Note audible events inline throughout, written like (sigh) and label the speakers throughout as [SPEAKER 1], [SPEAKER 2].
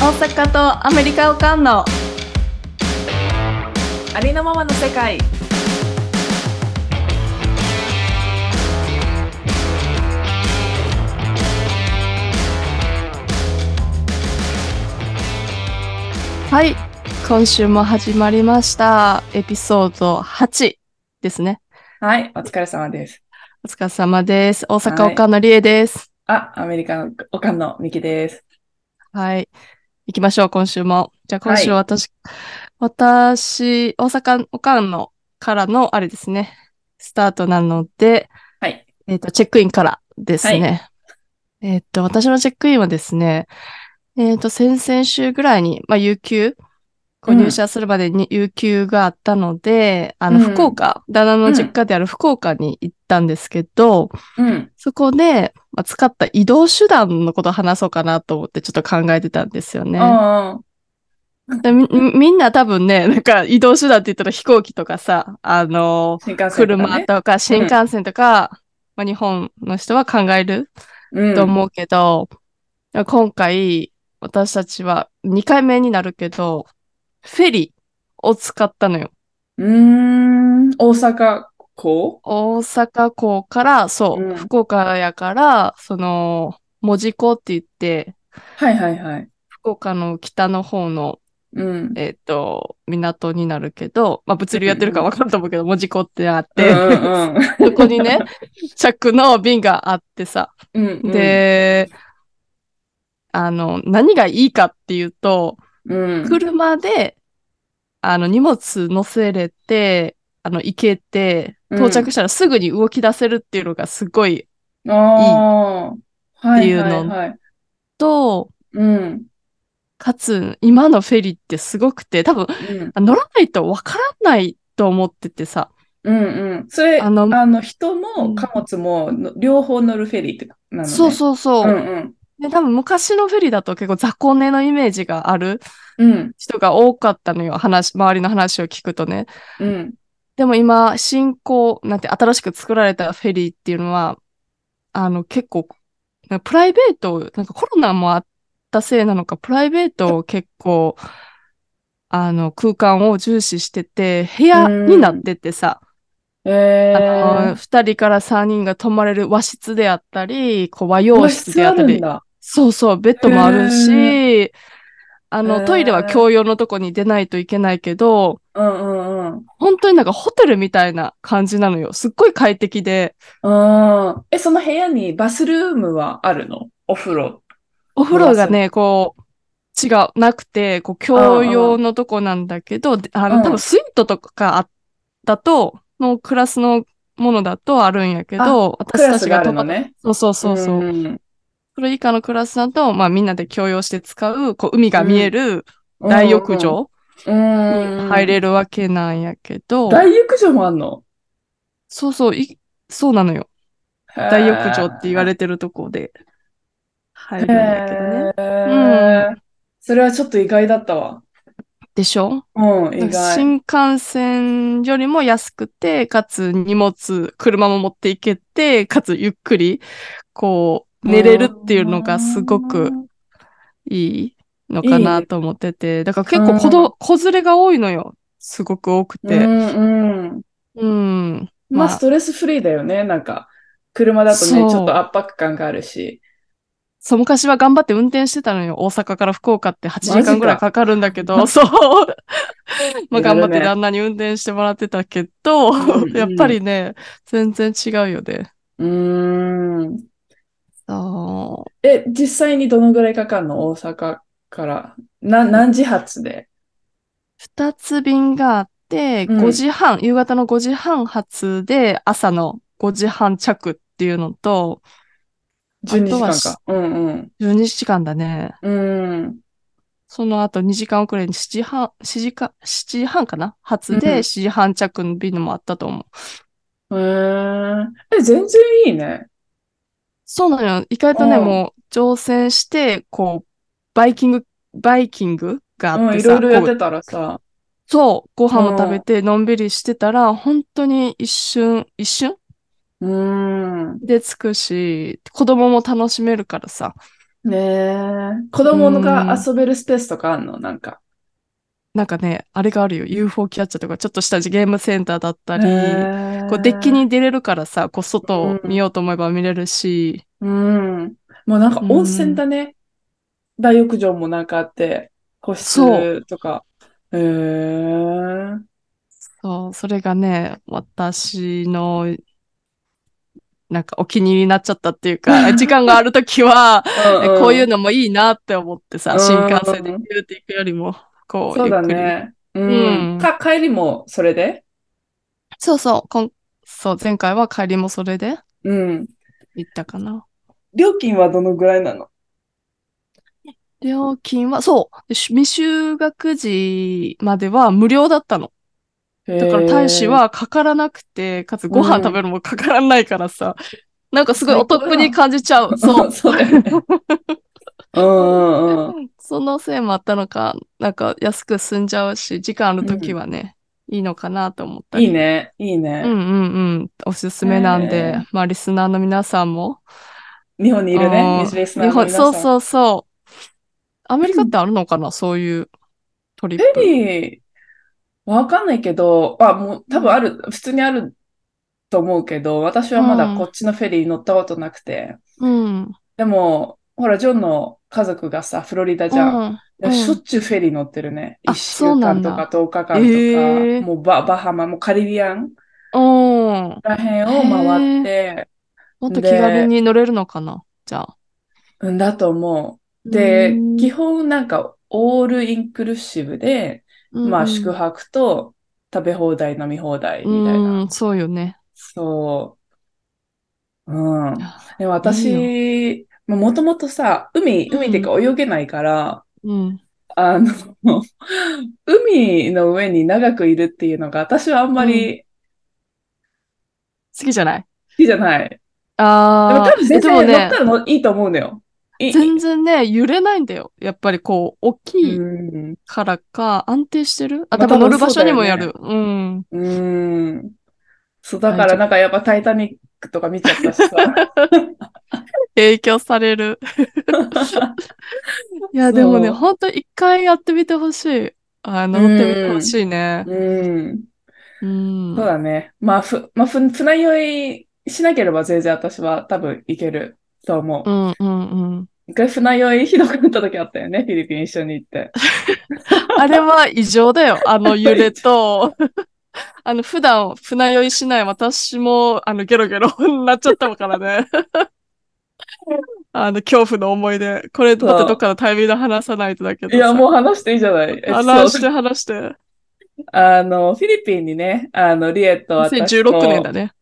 [SPEAKER 1] 大阪とアメリカをかんの
[SPEAKER 2] ありのままの世界
[SPEAKER 1] はい今週も始まりましたエピソード8ですね
[SPEAKER 2] はいお疲れ様です
[SPEAKER 1] お疲れ様です大阪おかんのりえです
[SPEAKER 2] あアメリカのおかんのみきです
[SPEAKER 1] はい、行きましょう今週もじゃあ今週
[SPEAKER 2] は
[SPEAKER 1] 私、私大阪おかんのからのあれですねスタートなので
[SPEAKER 2] はい
[SPEAKER 1] えっ、と、チェックインからですね。えっ、と、私のチェックインはですね、えっ、と、先々週ぐらいに、まあ、有給、こう
[SPEAKER 2] うん
[SPEAKER 1] 入社するまでに有給があったので、あの、
[SPEAKER 2] うん
[SPEAKER 1] 福岡、旦那の実家である福岡に行ったんですけど、
[SPEAKER 2] うん
[SPEAKER 1] そこで、まあ、使った移動手段のことを話そうかなと思ってちょっと考えてたんですよね。
[SPEAKER 2] ああ
[SPEAKER 1] でみみんな多分ね、なんか移動手段って言ったら飛行機とかさ、あの、
[SPEAKER 2] 新幹線とか
[SPEAKER 1] 車
[SPEAKER 2] ね
[SPEAKER 1] とか新幹線とか、まあ、日本の人は考える
[SPEAKER 2] うん
[SPEAKER 1] と思うけど、今回、私たちは2回目になるけど、フェリーを使ったのよ。
[SPEAKER 2] うーん大阪港
[SPEAKER 1] 大阪港から、そう、
[SPEAKER 2] うん
[SPEAKER 1] 福岡やから、その、門司港って言って、
[SPEAKER 2] はいはいはい
[SPEAKER 1] 福岡の北の方の、
[SPEAKER 2] うん
[SPEAKER 1] えっ、と、港になるけど、まあ、物流やってるか分かると思うけど、門司港ってあっ
[SPEAKER 2] う
[SPEAKER 1] て、
[SPEAKER 2] んうんうん
[SPEAKER 1] そこにね、着の便があってさ、
[SPEAKER 2] うんうん
[SPEAKER 1] で、あの、何がいいかっていうと、
[SPEAKER 2] うん
[SPEAKER 1] 車で、あの、荷物乗せれて、あの、行けて、
[SPEAKER 2] うん
[SPEAKER 1] 到着したらすぐに動き出せるっていうのがすごい
[SPEAKER 2] ああ
[SPEAKER 1] っ
[SPEAKER 2] は
[SPEAKER 1] てい
[SPEAKER 2] いうはい
[SPEAKER 1] の
[SPEAKER 2] はい
[SPEAKER 1] と、
[SPEAKER 2] うん
[SPEAKER 1] かつ、今のフェリーってすごくて、多分、
[SPEAKER 2] うん
[SPEAKER 1] 乗らないとわからないと思っててさ、
[SPEAKER 2] うんうんそれ
[SPEAKER 1] あ
[SPEAKER 2] あ
[SPEAKER 1] の
[SPEAKER 2] の人も貨物もの両方乗るフェリーってなのね
[SPEAKER 1] そうそうそう。
[SPEAKER 2] うんうん
[SPEAKER 1] で多分昔のフェリーだと結構雑魚寝のイメージがある
[SPEAKER 2] うん
[SPEAKER 1] 人が多かったのよ、話、周りの話を聞くとね。
[SPEAKER 2] うん
[SPEAKER 1] でも今、新興、なんて新しく作られたフェリーっていうのは、あの、結構、なんかプライベート、なんかコロナもあったせいなのか、プライベートを結構、あの、空間を重視してて、部屋になっててさ、
[SPEAKER 2] え
[SPEAKER 1] あ
[SPEAKER 2] ー
[SPEAKER 1] の、二人から三人が泊まれる和室であったり、こう和洋
[SPEAKER 2] 和
[SPEAKER 1] 室であ
[SPEAKER 2] 室あ
[SPEAKER 1] った
[SPEAKER 2] るん
[SPEAKER 1] り、
[SPEAKER 2] だ。
[SPEAKER 1] そうそう、ベッドもあるし、あ
[SPEAKER 2] へ
[SPEAKER 1] の、
[SPEAKER 2] ー
[SPEAKER 1] トイレは共用のとこに出ないといけないけど、
[SPEAKER 2] うんうんうん。
[SPEAKER 1] 本当になんかホテルみたいな感じなのよ。すっごい快適で、
[SPEAKER 2] あーえ、その部屋にバスルームはあるのお風呂。
[SPEAKER 1] お風呂がね、こう、違う、なくて、こう、共用のとこなんだけど、であ
[SPEAKER 2] う
[SPEAKER 1] の、
[SPEAKER 2] ん
[SPEAKER 1] 多分スイートとかあだと、のクラスのものだとあるんやけど、
[SPEAKER 2] ク
[SPEAKER 1] 私
[SPEAKER 2] ラ
[SPEAKER 1] た
[SPEAKER 2] ス
[SPEAKER 1] ち
[SPEAKER 2] があ
[SPEAKER 1] が
[SPEAKER 2] る
[SPEAKER 1] 泊ま
[SPEAKER 2] の
[SPEAKER 1] っ
[SPEAKER 2] ね。
[SPEAKER 1] そうそうそうそう。
[SPEAKER 2] ん
[SPEAKER 1] それ以下のクラスだと、まあみんなで共用して使う、こう、海が見える大浴。場
[SPEAKER 2] うんうんうん。
[SPEAKER 1] に入れるわけなんやけど、
[SPEAKER 2] 大浴場もあんの
[SPEAKER 1] そうそう、いそうなのよ。大浴場って言われてるとこで入るんだけどね。
[SPEAKER 2] へーそれはちょっと意外だったわ。
[SPEAKER 1] でしょ
[SPEAKER 2] うん、意外。
[SPEAKER 1] 新幹線よりも安くて、かつ荷物、車も持っていけて、かつゆっくり、こう、寝れるっていうのがすごくいいのか
[SPEAKER 2] いい
[SPEAKER 1] な
[SPEAKER 2] ね
[SPEAKER 1] と思ってて、だから結構子ど、子連れが多いのよ。すごく多く
[SPEAKER 2] う
[SPEAKER 1] て。
[SPEAKER 2] んうん。
[SPEAKER 1] うん。ま
[SPEAKER 2] まあ、
[SPEAKER 1] あ
[SPEAKER 2] ストレスフリーだよね。なんか、車だとね、ち
[SPEAKER 1] そ
[SPEAKER 2] ょ
[SPEAKER 1] う
[SPEAKER 2] っと圧迫感があるし。
[SPEAKER 1] そう、昔は頑張って運転してたのよ。大阪から福岡って8時
[SPEAKER 2] マジ
[SPEAKER 1] 間
[SPEAKER 2] か
[SPEAKER 1] ぐらいかかるんだけ
[SPEAKER 2] (laughs)
[SPEAKER 1] ど、そう。まあ
[SPEAKER 2] いろいろ
[SPEAKER 1] 頑
[SPEAKER 2] ね
[SPEAKER 1] 張って旦那に運転してもらってたけど
[SPEAKER 2] うんう、ん
[SPEAKER 1] やっぱりね、全然違うよね。
[SPEAKER 2] うーん。
[SPEAKER 1] そ
[SPEAKER 2] え、実際にどのぐらいかかるの大阪から。な、何時発で
[SPEAKER 1] う。2つ便があって、
[SPEAKER 2] うん
[SPEAKER 1] 5時半、夕方の5時半発で、朝の5時半着っていうのと、
[SPEAKER 2] ?12 時
[SPEAKER 1] あとは
[SPEAKER 2] 間
[SPEAKER 1] し
[SPEAKER 2] か。うん
[SPEAKER 1] 12時間だね。
[SPEAKER 2] うん。うん。
[SPEAKER 1] その後2時間遅れに7時半、7時か、7時半かな発
[SPEAKER 2] うん
[SPEAKER 1] で7時半着の便もあったと思う。
[SPEAKER 2] へーえ、全然いいね。
[SPEAKER 1] そうなのよ。意外とね、
[SPEAKER 2] うん
[SPEAKER 1] もう乗船して、こう、バイキング、バイキングがあ
[SPEAKER 2] う
[SPEAKER 1] っ
[SPEAKER 2] ん、
[SPEAKER 1] て
[SPEAKER 2] い
[SPEAKER 1] さ、
[SPEAKER 2] ろいろやっ
[SPEAKER 1] こ
[SPEAKER 2] て
[SPEAKER 1] う
[SPEAKER 2] たらさ。
[SPEAKER 1] そう、ご飯を食べて、のんびりしてたら、本当に一瞬、一瞬
[SPEAKER 2] うーん。
[SPEAKER 1] で着くし、子供も楽しめるからさ、
[SPEAKER 2] ねえ。子供が遊べるスペースとかあんのなんか。
[SPEAKER 1] なんかね、あれがあるよ。UFO キャッチャーとか、ちょっとしたゲームセンターだったり、
[SPEAKER 2] へえ
[SPEAKER 1] こうデッキ。に出れるからさ、こう外を見ようと思えば見れるし、
[SPEAKER 2] うん。もうなんか温泉だね。大浴場もなんかあって、個室とか。へえ。
[SPEAKER 1] そう、それがね、私の、なんかお気に入りになっちゃったっていう
[SPEAKER 2] (laughs)
[SPEAKER 1] か、時間があるときは、こういうのもいいなって思ってさ、
[SPEAKER 2] うん
[SPEAKER 1] 新幹線でビューって行くよりも、こう、
[SPEAKER 2] そう
[SPEAKER 1] ゆっ
[SPEAKER 2] だ
[SPEAKER 1] くり。
[SPEAKER 2] ね。
[SPEAKER 1] うん
[SPEAKER 2] か、帰りもそれで
[SPEAKER 1] そうそう、こん、そう、前回は帰りもそれで
[SPEAKER 2] うん。
[SPEAKER 1] 行ったかな。
[SPEAKER 2] 料金はどのぐらいなの
[SPEAKER 1] 料金は、そう、でし未就学児までは無料だったの。だから大使はかからなくて、かつご飯食べるのもかからないからさ、なんかすごいお得に感じち
[SPEAKER 2] (laughs)
[SPEAKER 1] ゃう。そう。
[SPEAKER 2] (laughs) そうだよね。うんうんうん。
[SPEAKER 1] そのせいもあったのか、なんか安く済んじゃうし、時間あるときはね、いいのかなと思ったり。
[SPEAKER 2] いい。ね、いいね。
[SPEAKER 1] うんうんうん。おすすめなん
[SPEAKER 2] へ
[SPEAKER 1] で
[SPEAKER 2] ー、
[SPEAKER 1] まあリスナーの皆さんも。
[SPEAKER 2] 日本にいる
[SPEAKER 1] あー
[SPEAKER 2] ね、リスナーの皆
[SPEAKER 1] 日
[SPEAKER 2] さん
[SPEAKER 1] 本そうそうそう。アメリカってあるのかな、そういうトリッ
[SPEAKER 2] フェ
[SPEAKER 1] プ。
[SPEAKER 2] リー、わかんないけど、あ、もう多分ある、普通にあると思うけど、私はまだこっちのフェリー乗ったことなくて。
[SPEAKER 1] うん。
[SPEAKER 2] でも、ほら、ジョンの家族がさ、フロリダじゃん。
[SPEAKER 1] うん。
[SPEAKER 2] でもしょっちゅうフェリー乗ってるね。
[SPEAKER 1] あ
[SPEAKER 2] 1週間とか10日間とか、
[SPEAKER 1] へー
[SPEAKER 2] もうバ、バハマ、もうカリビアン
[SPEAKER 1] うん。
[SPEAKER 2] らへんを回って、
[SPEAKER 1] もっと気軽に乗れるのかなじゃあ。
[SPEAKER 2] うんだと思う。で
[SPEAKER 1] うん、
[SPEAKER 2] 基本なんかオールインクルーシブで、まあ宿泊と食べ放題、飲み放題みたいな。
[SPEAKER 1] うん、そうよね。
[SPEAKER 2] そう。うん。
[SPEAKER 1] あ
[SPEAKER 2] でも私、まあもともとさ、海、海っていうか泳げないから、
[SPEAKER 1] うん。
[SPEAKER 2] あの、 (laughs) 海の上に長くいるっていうのが私はあんまり
[SPEAKER 1] 好きじゃない
[SPEAKER 2] いいじゃない。でも
[SPEAKER 1] あ
[SPEAKER 2] 多分
[SPEAKER 1] あ。
[SPEAKER 2] 全
[SPEAKER 1] でも
[SPEAKER 2] 然乗っ
[SPEAKER 1] ね
[SPEAKER 2] た、らのいいと思うのよ。いい。
[SPEAKER 1] 全然ね、揺れないんだよ。やっぱりこう、大きい
[SPEAKER 2] うん。
[SPEAKER 1] からか、安定してるあ、
[SPEAKER 2] まあ
[SPEAKER 1] 多分乗る場
[SPEAKER 2] 多分
[SPEAKER 1] 所
[SPEAKER 2] そう
[SPEAKER 1] に
[SPEAKER 2] だよ
[SPEAKER 1] も
[SPEAKER 2] ね
[SPEAKER 1] やる。うん。
[SPEAKER 2] うーん。そう、だからなんかやっぱタイタニックとか見ちゃった
[SPEAKER 1] (laughs)
[SPEAKER 2] しさ。
[SPEAKER 1] 影響され
[SPEAKER 2] (laughs)
[SPEAKER 1] る。いや、でもね、
[SPEAKER 2] そう
[SPEAKER 1] ほんと一回やってみてほしい。あの乗ってみてほしいね。
[SPEAKER 2] うん。
[SPEAKER 1] うん。
[SPEAKER 2] そうだね。まあ、ふ、まあ、ふ、船酔いしなければ全然私は多分いけると思
[SPEAKER 1] う
[SPEAKER 2] う。
[SPEAKER 1] んうんうん。
[SPEAKER 2] 一回船酔いひどくなった時あったよね、フィリピン一緒に行って。
[SPEAKER 1] あれは異常
[SPEAKER 2] (laughs)
[SPEAKER 1] だよ。あの揺れと。 (laughs) あの、普段船酔いしない私も、あの、ゲロゲロ (laughs) になっちゃったからね。 (laughs) あの、恐怖の思い出。これ、
[SPEAKER 2] そう
[SPEAKER 1] またどっかのタイミングで話さないとだけど
[SPEAKER 2] いや、
[SPEAKER 1] さ
[SPEAKER 2] もう話していいじゃない。え
[SPEAKER 1] 話し
[SPEAKER 2] そ
[SPEAKER 1] て
[SPEAKER 2] う
[SPEAKER 1] 話して。
[SPEAKER 2] あの、フィリピンにね、あの、リエと私と、
[SPEAKER 1] 2016年だね。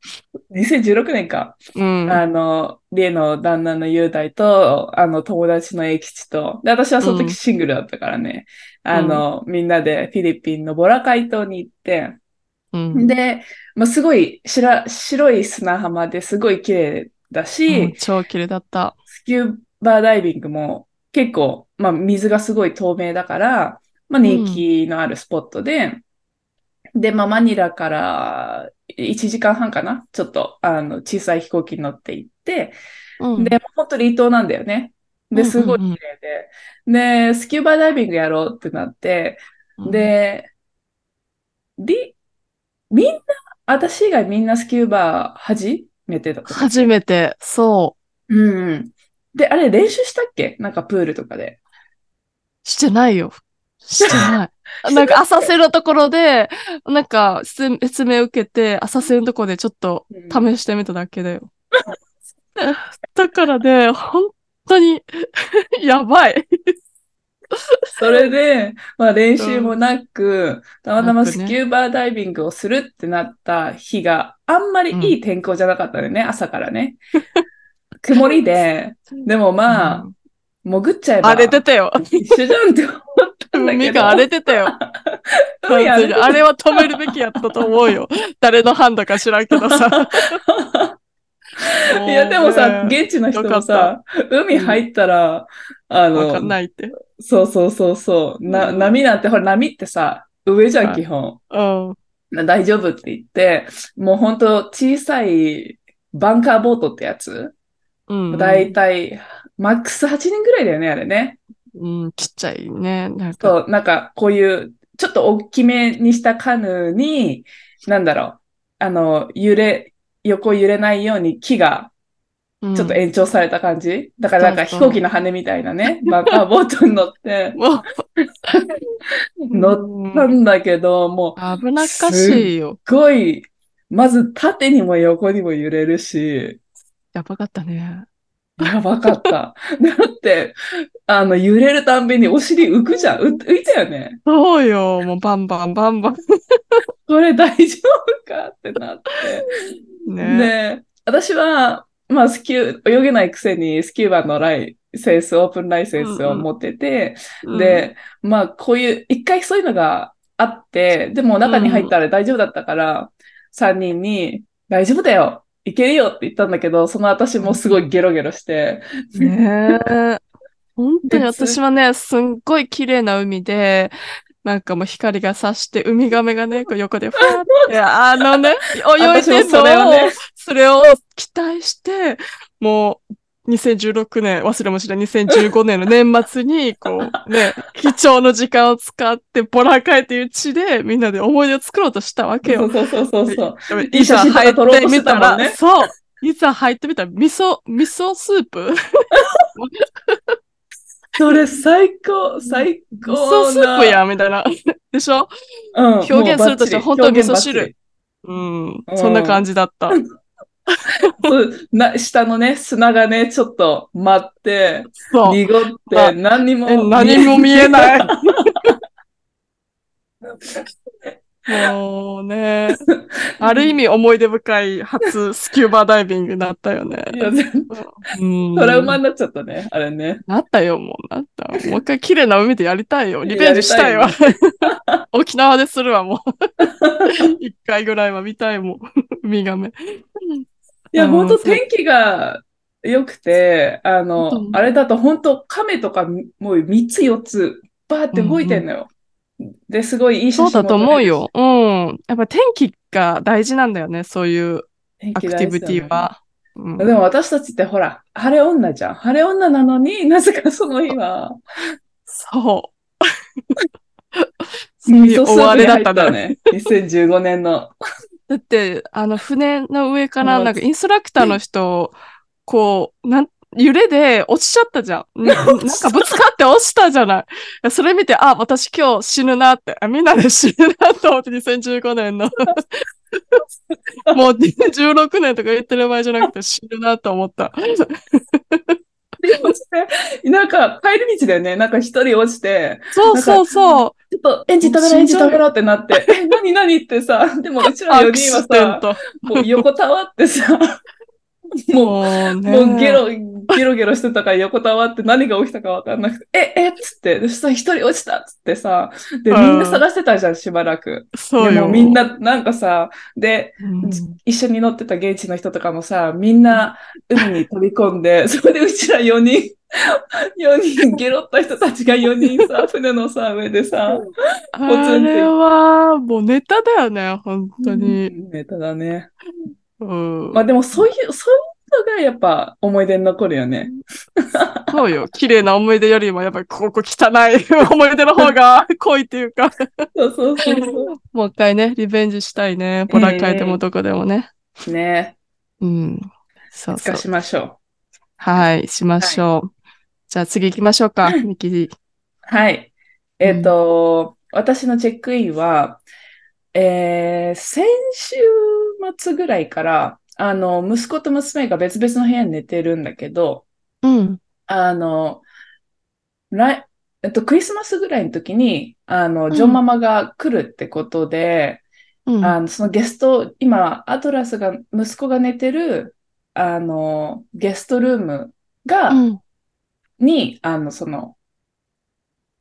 [SPEAKER 2] 2016年か。
[SPEAKER 1] うん。
[SPEAKER 2] あの、リエの旦那の雄大と、あの、友達の英吉と、で、私はその
[SPEAKER 1] うん
[SPEAKER 2] 時シングルだったからね、あの、みんなでフィリピンのボラカイ島に行って、
[SPEAKER 1] うん。
[SPEAKER 2] で、まあ、すごい白、白い砂浜ですごい綺麗だし、
[SPEAKER 1] うん超綺麗だった。
[SPEAKER 2] スキューバーダイビングも結構、まあ、水がすごい透明だから、まあ、人気のあるスポットで、で、まあ、マニラから1時間半かな、ちょっと、あの、小さい飛行機に乗って行って、
[SPEAKER 1] うん。
[SPEAKER 2] で、本当に離島なんだよね。で、すごい綺麗で。で、スキューバーダイビングやろうってなって、
[SPEAKER 1] うん、
[SPEAKER 2] で、り、みんな、私以外みんなスキューバー初めてだった。
[SPEAKER 1] 初めて、そ
[SPEAKER 2] うんうん。で、あれ練習したっけなんかプールとかで。
[SPEAKER 1] う、してないよ。して
[SPEAKER 2] (laughs)
[SPEAKER 1] ない。なんか浅瀬のところで、なんか説説明受けて、浅瀬のところでちょっと試してみただけだよ。だからね、本当に、やばい。
[SPEAKER 2] それで、まあ練習もなく、たまたまスキューバーダイビングをするってなった日があんまりいい天候じゃなかったのね、朝か
[SPEAKER 1] (laughs)
[SPEAKER 2] らね。曇りで、でもまあ、
[SPEAKER 1] うん
[SPEAKER 2] 潜っちゃえば
[SPEAKER 1] 荒れてたよ。
[SPEAKER 2] 一緒じゃんって
[SPEAKER 1] (laughs)
[SPEAKER 2] 思ったんだけど。
[SPEAKER 1] 海が荒れてたよ。完
[SPEAKER 2] 海荒
[SPEAKER 1] 全
[SPEAKER 2] れて
[SPEAKER 1] に
[SPEAKER 2] た
[SPEAKER 1] あれは止めるべきやったと思うよ。誰の判断か知らんけどさ。
[SPEAKER 2] いや、でもさ、
[SPEAKER 1] ゲ
[SPEAKER 2] 現地の人もさ、海入ったら、あ
[SPEAKER 1] わかん
[SPEAKER 2] の、
[SPEAKER 1] ないって。
[SPEAKER 2] そうそうそうそう、な、
[SPEAKER 1] うん
[SPEAKER 2] 波なんて、ほら、波ってさ、上じゃ
[SPEAKER 1] は
[SPEAKER 2] ん、
[SPEAKER 1] い
[SPEAKER 2] 基本。
[SPEAKER 1] うん。
[SPEAKER 2] な大丈夫って言って、もうほんと小さいバンカーボートってやつ、
[SPEAKER 1] うん。
[SPEAKER 2] だいたいマックス8人ぐらいだよね、あれね。
[SPEAKER 1] うん、ちっちゃいね。なんか、
[SPEAKER 2] そう、なんかこういう、ちょっと大きめにしたカヌーに、なんだろう、あの、揺れ、横揺れないように木が
[SPEAKER 1] うん
[SPEAKER 2] ちょっと延長された感じ、だからなんか
[SPEAKER 1] そ
[SPEAKER 2] 飛
[SPEAKER 1] うそう
[SPEAKER 2] 行機の羽みたいなね、 (laughs) バカボートに乗って、
[SPEAKER 1] (laughs) もう、
[SPEAKER 2] 乗ったんだけど、もう、
[SPEAKER 1] 危なっかしいよ。
[SPEAKER 2] すごい、まず縦にも横にも揺れるし、
[SPEAKER 1] やばかったね。
[SPEAKER 2] やばかった。だって、あの、揺れるたんびにお尻浮くじゃん。う浮いたよね。
[SPEAKER 1] そうよ。もうバンバンバンバン。
[SPEAKER 2] これ大丈夫かってなって。
[SPEAKER 1] ね。
[SPEAKER 2] で、私は、まあ、スキュー、泳げないくせにスキューバのライセンス、オープンライセンスを持ってて、
[SPEAKER 1] うん、
[SPEAKER 2] で、まあ、こういう、一回そういうのがあって、でも中に入ったら大丈夫だったから、三3人に、大丈夫だよいけるよって言ったんだけど、その私もすごいゲロゲロして、
[SPEAKER 1] ねえ。本当に
[SPEAKER 2] 別
[SPEAKER 1] 私はね、すんごい綺麗な海で、なんかもう光が差して、ウミガメがね、こう横でファーって、あのね、泳い
[SPEAKER 2] (laughs) 私
[SPEAKER 1] で
[SPEAKER 2] も
[SPEAKER 1] るの
[SPEAKER 2] それを
[SPEAKER 1] を、
[SPEAKER 2] ね、
[SPEAKER 1] それを期待して、もう、2016年、忘れもしない2015年の年末に、こう、ね、貴重の時間を使って、ボラカイという地で、みんなで思い出を作ろうとしたわけ
[SPEAKER 2] そ
[SPEAKER 1] よ。
[SPEAKER 2] うそうそうそうそう。
[SPEAKER 1] でも
[SPEAKER 2] いい写真とか撮ろうとしてたもんね
[SPEAKER 1] いざ入ってみたらそう。いざ入ってみたら、味噌、味噌スープ
[SPEAKER 2] それ最高、最
[SPEAKER 1] 味
[SPEAKER 2] 高な。
[SPEAKER 1] 噌スープや、みたいな。 (laughs) でしょ
[SPEAKER 2] うん、
[SPEAKER 1] 表現するとしたら
[SPEAKER 2] も
[SPEAKER 1] 本
[SPEAKER 2] うバ
[SPEAKER 1] 当
[SPEAKER 2] ッチリ
[SPEAKER 1] に味噌汁。うん。そんな感じだった。
[SPEAKER 2] 表現バッチリそうな下のね、砂がね、ちょっと舞って、
[SPEAKER 1] そう。
[SPEAKER 2] 濁っ
[SPEAKER 1] まあ
[SPEAKER 2] て、何にも
[SPEAKER 1] え何も見えない。もうね。ある意味思い出深い初スキューバダイビングだったよね。
[SPEAKER 2] (laughs) いや全
[SPEAKER 1] うん。
[SPEAKER 2] トラウマになっちゃったね、あれね。
[SPEAKER 1] なったよ、もう。なった。もう一回綺麗な海でやりたいよ。リベンジしたいわ (laughs)
[SPEAKER 2] や。
[SPEAKER 1] 沖縄でするわ、もう。 (laughs) 一回ぐらいは見たいもん。 (laughs) ウミガメ。
[SPEAKER 2] いや、
[SPEAKER 1] うん
[SPEAKER 2] 本当
[SPEAKER 1] そう
[SPEAKER 2] 天気が良くて、あ
[SPEAKER 1] 本
[SPEAKER 2] の、
[SPEAKER 1] 当
[SPEAKER 2] あれだと本当亀とかもう3つ4つ、バーって動いてんのよ。で、すごいいい写真
[SPEAKER 1] そうだと思
[SPEAKER 2] も撮
[SPEAKER 1] う
[SPEAKER 2] れるし。
[SPEAKER 1] よ。うん。やっぱ天気が大事なんだよね、そういう
[SPEAKER 2] 天
[SPEAKER 1] ア
[SPEAKER 2] 気
[SPEAKER 1] ク
[SPEAKER 2] 大
[SPEAKER 1] ティビ
[SPEAKER 2] 事だ
[SPEAKER 1] テ
[SPEAKER 2] ね
[SPEAKER 1] ィは。うん
[SPEAKER 2] でも私たちってほら、晴れ女じゃん。晴れ女なのになぜかその日は、 (laughs)
[SPEAKER 1] そう。そ
[SPEAKER 2] 味噌
[SPEAKER 1] う
[SPEAKER 2] ス
[SPEAKER 1] いう終わ
[SPEAKER 2] ープ
[SPEAKER 1] り
[SPEAKER 2] に
[SPEAKER 1] だっ
[SPEAKER 2] 入った
[SPEAKER 1] んだ
[SPEAKER 2] た。ね。2015年の。
[SPEAKER 1] だって、あの、船の上から、
[SPEAKER 2] うん
[SPEAKER 1] なんかインストラクターの人、こう、なん、揺れで落ちちゃったじゃ
[SPEAKER 2] (laughs)
[SPEAKER 1] ん。ななんかぶつかって落ちたじゃないいや。それ見て、あ、私今日死ぬなって、あみんなで死ぬなと思って2015年
[SPEAKER 2] (laughs)
[SPEAKER 1] の。もう16年とか言ってる場合じゃなくて死ぬなと思った。
[SPEAKER 2] で落ちてなんか帰り道だよね。なんか一人落ちて、
[SPEAKER 1] そうそうそう。
[SPEAKER 2] ちょっとエンジン止めろ、エンジン止めろってなって、 (laughs) え、何何ってさ、でもうちら4人はさ、
[SPEAKER 1] ト。
[SPEAKER 2] もう横たわってさ、も
[SPEAKER 1] もう
[SPEAKER 2] う、
[SPEAKER 1] ね。
[SPEAKER 2] もうゲロ、ゲロゲロしてたから横たわって何が起きたかわかんなくて、え、えっつって、でそしたら一人落ちたっつってさ、で、
[SPEAKER 1] う
[SPEAKER 2] み
[SPEAKER 1] ん
[SPEAKER 2] んな探してたじゃん、しばらく。
[SPEAKER 1] そう
[SPEAKER 2] で
[SPEAKER 1] よ。
[SPEAKER 2] もみん、な、なんかさ、で、
[SPEAKER 1] うん、
[SPEAKER 2] 一緒に乗ってた現地の人とかもさ、みんな海に飛び込んで、 (laughs) それでうちら4人、4人、ゲロった人たちが4人 (laughs) さ、船のさ、上でさ、
[SPEAKER 1] あ
[SPEAKER 2] ポツンって
[SPEAKER 1] れは、もうネタだよね、本当に。
[SPEAKER 2] うんネタだね。
[SPEAKER 1] うん。
[SPEAKER 2] まあでもそういう、そういうのがやっぱ思い出に残るよね。
[SPEAKER 1] そうよ。綺麗な思い出よりも、やっぱりここ汚い (laughs) 思い出の方が (laughs) 濃いっていうか。
[SPEAKER 2] そうそうそうそ
[SPEAKER 1] もう一回ね、リベンジしたいね。ボラ変えてもどこでもね。
[SPEAKER 2] う。ね
[SPEAKER 1] うん。そ
[SPEAKER 2] え、
[SPEAKER 1] う
[SPEAKER 2] つか
[SPEAKER 1] そう。
[SPEAKER 2] しましょ
[SPEAKER 1] はい、しましょう。じゃあ次行きましょうか、ミキリ。
[SPEAKER 2] う。はい。えっ、と、私のチェックインは、えー、先週末ぐらいから、あの、息子と娘が別々の部屋に寝てるんだけど、
[SPEAKER 1] うん。
[SPEAKER 2] あの、来、えっと、クリスマスぐらいの時に、あ
[SPEAKER 1] ん
[SPEAKER 2] の、ジョンママが来るってことで、
[SPEAKER 1] うん。
[SPEAKER 2] あの、そのゲスト、今、アトラスが、息子が寝てる、あの、ゲストルームが、
[SPEAKER 1] うん
[SPEAKER 2] に、あの、その、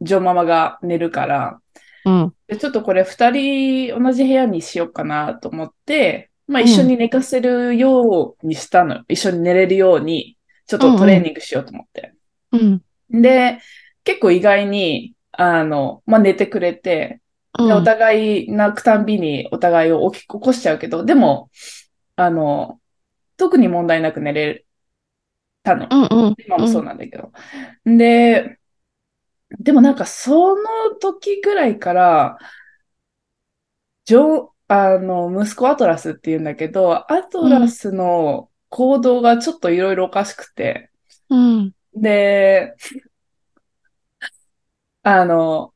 [SPEAKER 2] ジョンママが寝るから、
[SPEAKER 1] うん。
[SPEAKER 2] で、ちょっとこれ二人同じ部屋にしようかなと思って、まあ一緒に寝かせるようにしたの。一緒に寝れるように、ちょっとトレーニングしようと思って。
[SPEAKER 1] うん。
[SPEAKER 2] で、結構意外に、あの、まあ寝てくれて、
[SPEAKER 1] うん
[SPEAKER 2] で、お互い泣くたんびにお互いを起き起こしちゃうけど、でも、あの、特に問題なく寝れたの。
[SPEAKER 1] うんうん。
[SPEAKER 2] 今もそうなんだけど。で、でもなんかその時ぐらいから、ジョン、あの、息子アトラスって言うんだけど、アトラスの行動がちょっといろいろおかしくて、
[SPEAKER 1] うん。
[SPEAKER 2] で、あの、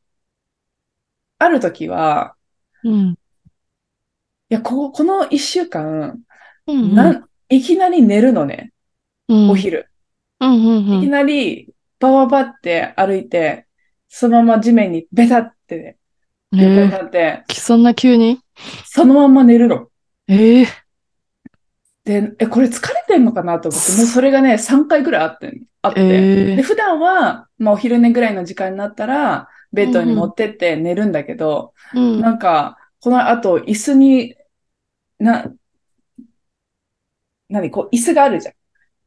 [SPEAKER 2] ある時は、
[SPEAKER 1] うん。
[SPEAKER 2] いや、こ、この一週間、
[SPEAKER 1] うん。
[SPEAKER 2] な、ん、いきなり寝るのね、
[SPEAKER 1] うん、
[SPEAKER 2] お昼。
[SPEAKER 1] うんうんう
[SPEAKER 2] いき
[SPEAKER 1] ん。
[SPEAKER 2] なり、バババって歩いて、そのまま地面にベタって、ね、横
[SPEAKER 1] え
[SPEAKER 2] になって、
[SPEAKER 1] ー、そんな急に
[SPEAKER 2] そのまんま寝るの。
[SPEAKER 1] ええ
[SPEAKER 2] で、え、これ疲れてんのかなと思って、もうそれがね、3回ぐらいあって、あって。
[SPEAKER 1] え
[SPEAKER 2] で、
[SPEAKER 1] え
[SPEAKER 2] 普段は、まあお昼寝ぐらいの時間になったら、ベッドに持ってって寝るんだけど、
[SPEAKER 1] (laughs) うん
[SPEAKER 2] なんか、この後、椅子に、な、何こう、椅子があるじゃん。
[SPEAKER 1] うん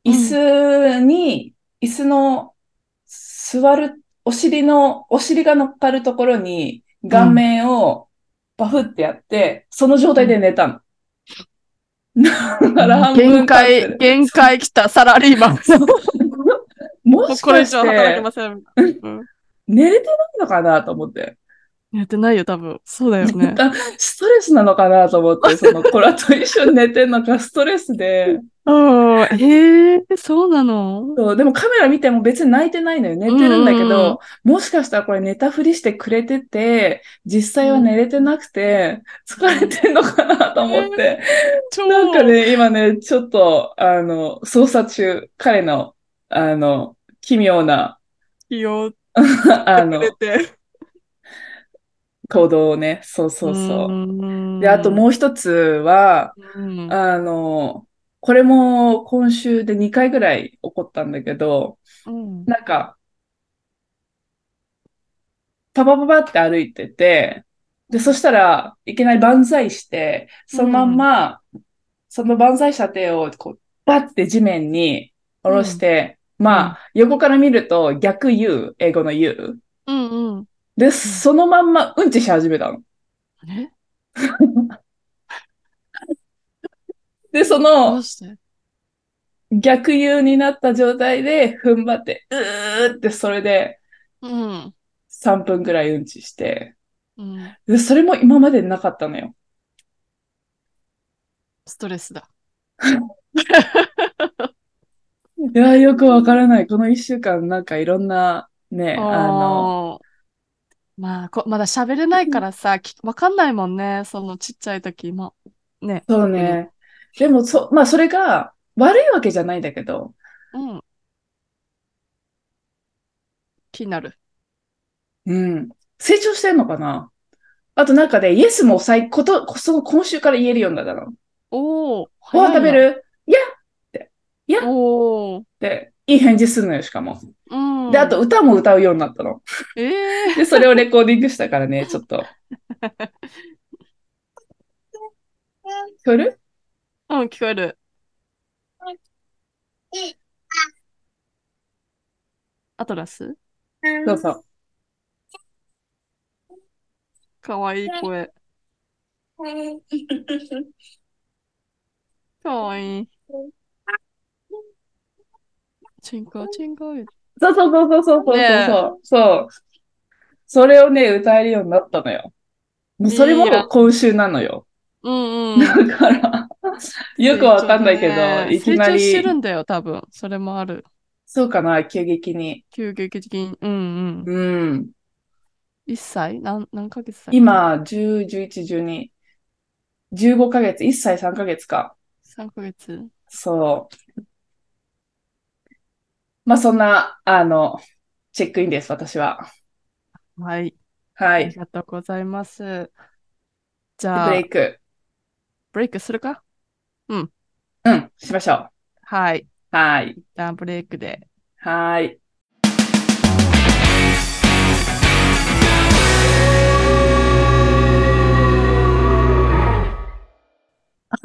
[SPEAKER 2] 椅子に、椅子の、座る、お尻の、お尻が乗っかるところに、顔面をバフってやって、その状態で寝たの。だから半
[SPEAKER 1] 限
[SPEAKER 2] 分経って
[SPEAKER 1] 界、
[SPEAKER 2] る
[SPEAKER 1] 限界来たサラリーマン。
[SPEAKER 2] も
[SPEAKER 1] もう
[SPEAKER 2] し
[SPEAKER 1] これ
[SPEAKER 2] か
[SPEAKER 1] 以
[SPEAKER 2] し
[SPEAKER 1] 上働け
[SPEAKER 2] て、
[SPEAKER 1] ません。うん
[SPEAKER 2] 寝れてないのかなと思って。
[SPEAKER 1] やってないよ、多分。そうだよ
[SPEAKER 2] (laughs)
[SPEAKER 1] ね。
[SPEAKER 2] あストレスなのかなと思って、そのコラと一緒に寝てんのかストレスで。
[SPEAKER 1] うん。ええそうなの
[SPEAKER 2] そうでもカメラ見ても別に泣いてないのよ。寝てるんだけ
[SPEAKER 1] うんうんうん
[SPEAKER 2] ど、もしかしたらこれ寝たふりしてくれてて、実際は寝れてなくて、疲れてんのかなと思って。
[SPEAKER 1] 超
[SPEAKER 2] (laughs) なんかね、今ね、ちょっと、あの、捜査中、彼の、あの、奇妙な、
[SPEAKER 1] 気を
[SPEAKER 2] あ
[SPEAKER 1] く
[SPEAKER 2] の
[SPEAKER 1] れ、て。
[SPEAKER 2] 行動をね、そうそうそう。
[SPEAKER 1] う
[SPEAKER 2] で、あと
[SPEAKER 1] う
[SPEAKER 2] もう一つは、
[SPEAKER 1] ん、
[SPEAKER 2] あの、これも今週で2回ぐらい起こったんだけど、
[SPEAKER 1] うん。
[SPEAKER 2] なんか、パパパパって歩いてて、で、そしたらいきなり万歳して、そのまんま、その万歳した手をこう、バッて地面に下ろして、まあ、横から見ると逆 U、英語の U。
[SPEAKER 1] うんうん。
[SPEAKER 2] で、そのまんまうんちし始めたの。
[SPEAKER 1] え
[SPEAKER 2] で、そ
[SPEAKER 1] ど
[SPEAKER 2] の
[SPEAKER 1] うして
[SPEAKER 2] 逆 U になった状態で踏ん張って、うーってそれで、
[SPEAKER 1] うん。
[SPEAKER 2] 3分ぐらいうんちして。
[SPEAKER 1] うん。
[SPEAKER 2] で、それも今までなかったのよ。
[SPEAKER 1] ストレスだ。
[SPEAKER 2] いや、よくわからない。この1週間、なんかいろんな、ね、あの、
[SPEAKER 1] あーまあこ、まだ喋れないからさ、きわかんないもんね。そのちっちゃい時も。ね。
[SPEAKER 2] そうね。でも、そ、まあ、それが悪いわけじゃないんだけど、
[SPEAKER 1] うん。気になる。
[SPEAKER 2] うん。成長してんのかなあとなんかね、イエスも最、こと、その今週から言えるようになったの。
[SPEAKER 1] おお。
[SPEAKER 2] ご飯食べるいやっ
[SPEAKER 1] おお。
[SPEAKER 2] て、いい返事するのよ、しかも。
[SPEAKER 1] うん。
[SPEAKER 2] で、あと、歌も歌うようになったの。
[SPEAKER 1] ええ
[SPEAKER 2] で、それをレコーディングしたからね、ちょっと。聞こえる
[SPEAKER 1] うん、聞こえる。アトラス
[SPEAKER 2] そうそう。
[SPEAKER 1] かわいい声。かわいい。チンコチンコ言って
[SPEAKER 2] そうそうそうそうそうそうそう
[SPEAKER 1] ねえ
[SPEAKER 2] そう。そう。それをね、歌えるようになったのよ。もうそれ
[SPEAKER 1] いいや
[SPEAKER 2] も今週なのよ。 (laughs)
[SPEAKER 1] うんうん。
[SPEAKER 2] だから、よくわかんないけど、いきな
[SPEAKER 1] 成長してる
[SPEAKER 2] り、
[SPEAKER 1] んだよ、多分。それもある。
[SPEAKER 2] そうかな、急激に。
[SPEAKER 1] 急激的に。うんうん。
[SPEAKER 2] うん。
[SPEAKER 1] 1歳何何ヶ月だっけ。
[SPEAKER 2] 今、10、11、12、15ヶ月、1歳3ヶ月か。
[SPEAKER 1] 3ヶ月。
[SPEAKER 2] そう。まあ、そんな、あの、チェックインです、私は。
[SPEAKER 1] はい。
[SPEAKER 2] は
[SPEAKER 1] あり
[SPEAKER 2] い。
[SPEAKER 1] がとうございます。じ
[SPEAKER 2] ブ
[SPEAKER 1] ゃあ、ブ
[SPEAKER 2] レ
[SPEAKER 1] レイ
[SPEAKER 2] イク。
[SPEAKER 1] クするか
[SPEAKER 2] うん、しましょ
[SPEAKER 1] はい。
[SPEAKER 2] う。はい。
[SPEAKER 1] じゃあ、ブレイクで。
[SPEAKER 2] はい。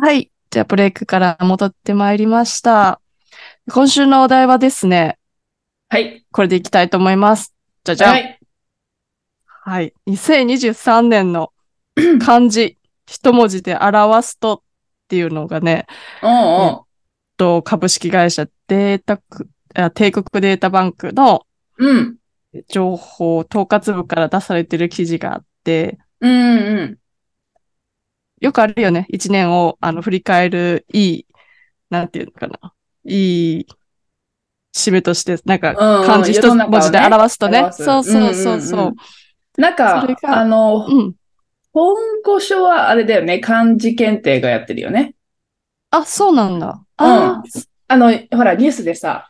[SPEAKER 1] はい。じゃあ、ブレイクから戻ってまいりました。今週のお題はですね、
[SPEAKER 2] はい。
[SPEAKER 1] これでいきたいと思います。じゃじゃん。
[SPEAKER 2] は
[SPEAKER 1] はい。
[SPEAKER 2] い。
[SPEAKER 1] 2023年の漢字、一文字で表すとっていうのがね、
[SPEAKER 2] おうおう
[SPEAKER 1] と株式会社データく、あ帝国データバンクの
[SPEAKER 2] うん。
[SPEAKER 1] 情報、統括部から出されてる記事があって、
[SPEAKER 2] うんうん。
[SPEAKER 1] よくあるよね。一年を、あの、振り返る、いい、なんていうのかな。いい、締めとして、なんか、
[SPEAKER 2] うんうん
[SPEAKER 1] 漢字一
[SPEAKER 2] 世
[SPEAKER 1] つ
[SPEAKER 2] の中をね
[SPEAKER 1] 文字で表すとね。
[SPEAKER 2] 表す
[SPEAKER 1] そうそうそう
[SPEAKER 2] うん
[SPEAKER 1] そう
[SPEAKER 2] う。なんか
[SPEAKER 1] それ、が
[SPEAKER 2] あの、
[SPEAKER 1] うん
[SPEAKER 2] 本御所はあれだよね、漢字検定がやってるよね。
[SPEAKER 1] あ、そうなんだ。ああ、
[SPEAKER 2] あの、ほら、ニュースでさ、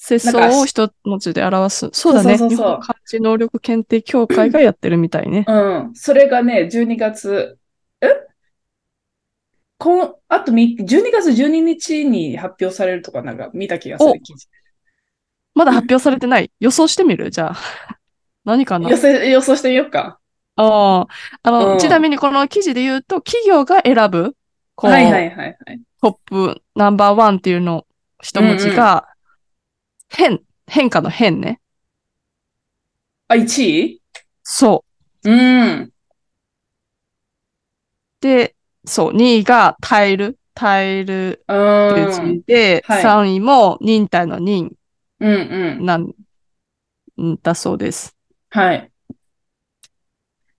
[SPEAKER 1] 世相を一文字で表す。そうだね。
[SPEAKER 2] そうそうそうそう
[SPEAKER 1] 日本漢字能力検定協会がやってるみたいね。
[SPEAKER 2] うん、それがね、12月、えこん、あとみ、12月12日に発表されるとかなんか見た気がす
[SPEAKER 1] お
[SPEAKER 2] る記事。
[SPEAKER 1] まだ発表されてない。予想してみるじゃあ。 (laughs) 何かな
[SPEAKER 2] 予想、予想してみようか。
[SPEAKER 1] ああ。あの、
[SPEAKER 2] うん
[SPEAKER 1] ちなみにこの記事で言うと、企業が選ぶ、こう、
[SPEAKER 2] はいはいはいはい。
[SPEAKER 1] トップナンバーワンっていうの、一文字が、変、変化の変ね。
[SPEAKER 2] あ、1位
[SPEAKER 1] そう。
[SPEAKER 2] うん。
[SPEAKER 1] で、そう、2位が耐える、耐える
[SPEAKER 2] う
[SPEAKER 1] ってい
[SPEAKER 2] ん。
[SPEAKER 1] う字で、
[SPEAKER 2] はい
[SPEAKER 1] 3位も忍耐の忍
[SPEAKER 2] うんうん。
[SPEAKER 1] なん、んだそうです。
[SPEAKER 2] はい。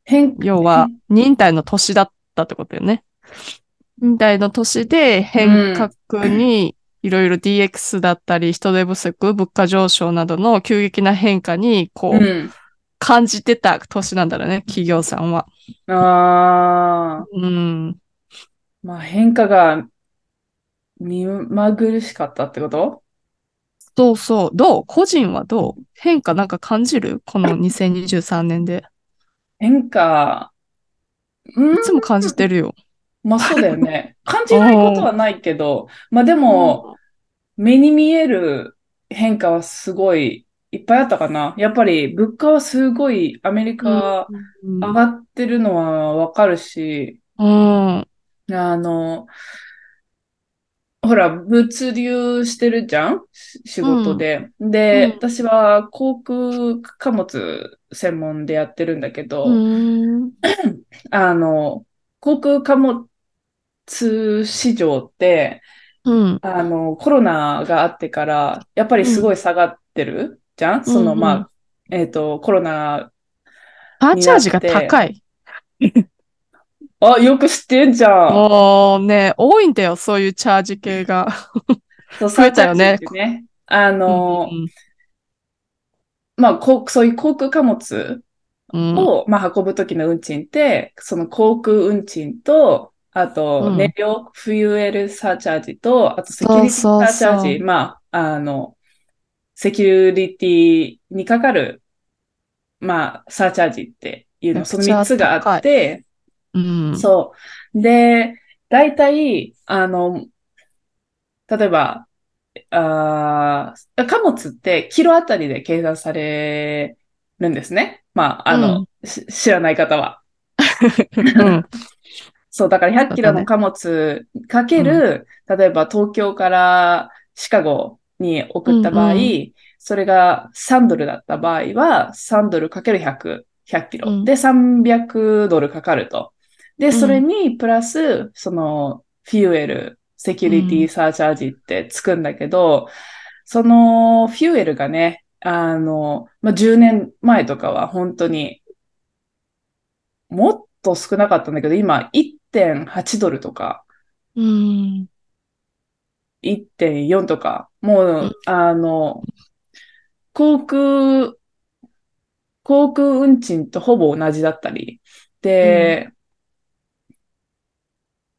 [SPEAKER 2] 変、
[SPEAKER 1] 要は、忍耐の年だったってことよね。忍耐の年で変革に、いろいろ DX だったり、人手不足、物価上昇などの急激な変化に、こ
[SPEAKER 2] う
[SPEAKER 1] う、
[SPEAKER 2] ん。
[SPEAKER 1] 感じてた年なんだろうね、企業さんは。
[SPEAKER 2] ああ、
[SPEAKER 1] うん。
[SPEAKER 2] まあ変化が見まぐるしかったってこと
[SPEAKER 1] そうそう。どう個人はどう変化なんか感じるこの2023年で。
[SPEAKER 2] 変化、うん
[SPEAKER 1] いつも感じてるよ。
[SPEAKER 2] まあそうだよ
[SPEAKER 1] (laughs)
[SPEAKER 2] ね。感じないことはないけど、まあでも、目に見える変化はすごいいっぱいあったかな。やっぱり物価はすごいアメリカ
[SPEAKER 1] うん、
[SPEAKER 2] 上がってるのはわかるし、
[SPEAKER 1] うん。
[SPEAKER 2] あの、ほら、物流してるじゃんし仕事で。で、
[SPEAKER 1] うん
[SPEAKER 2] 私は航空貨物専門でやってるんだけど、
[SPEAKER 1] うん。
[SPEAKER 2] あの、航空貨物市場って、
[SPEAKER 1] うん。
[SPEAKER 2] あの、コロナがあってから、やっぱりすごい下がってるじゃん、その、まあ、えっと、コロナ、
[SPEAKER 1] パーチャージが高い。
[SPEAKER 2] あ、よく知ってんじゃん。
[SPEAKER 1] もうね、多いんだよ、そういうチャージ系が。
[SPEAKER 2] そう、
[SPEAKER 1] 増えたよね
[SPEAKER 2] サーチャージってね。あの
[SPEAKER 1] う、ん
[SPEAKER 2] まあ、こう、そういう航空貨物
[SPEAKER 1] うん
[SPEAKER 2] を、まあ、運ぶ時の運賃って、その航空運賃と、あ
[SPEAKER 1] う
[SPEAKER 2] と、
[SPEAKER 1] ん
[SPEAKER 2] 燃料フューエルサーチャージと、あとセキュリティサ
[SPEAKER 1] そうそうそう
[SPEAKER 2] ーチャージ、まあ、あの、セキュリティにかかる、まあ、サーチャージっていうの、
[SPEAKER 1] めち
[SPEAKER 2] そ
[SPEAKER 1] ゃ
[SPEAKER 2] の
[SPEAKER 1] くちゃ
[SPEAKER 2] 3つがあって、
[SPEAKER 1] うん。
[SPEAKER 2] そう。で、大体、あの、例えば、あー貨物ってキロあたりで計算されるんですね。まあ、あの、し知らない方は。
[SPEAKER 1] うん。
[SPEAKER 2] そう、だから100キロの貨物かける、例えば東京からシカゴに送った場合、
[SPEAKER 1] うんう
[SPEAKER 2] それが3ドルだった場合は、3ドルかける100、100キロ。
[SPEAKER 1] うん
[SPEAKER 2] で、300ドルかかると。で、
[SPEAKER 1] ん
[SPEAKER 2] それにプラス、その、フューエル、セキュリティサーチャージってつくんだけど、その、フューエルがね、あの、まあ、10年前とかは本当にもっと少なかったんだけど、今1.8ドルとか
[SPEAKER 1] うん。
[SPEAKER 2] 1.4とか、もう、
[SPEAKER 1] ん
[SPEAKER 2] あの、航空、航空運賃とほぼ同じだったり。で、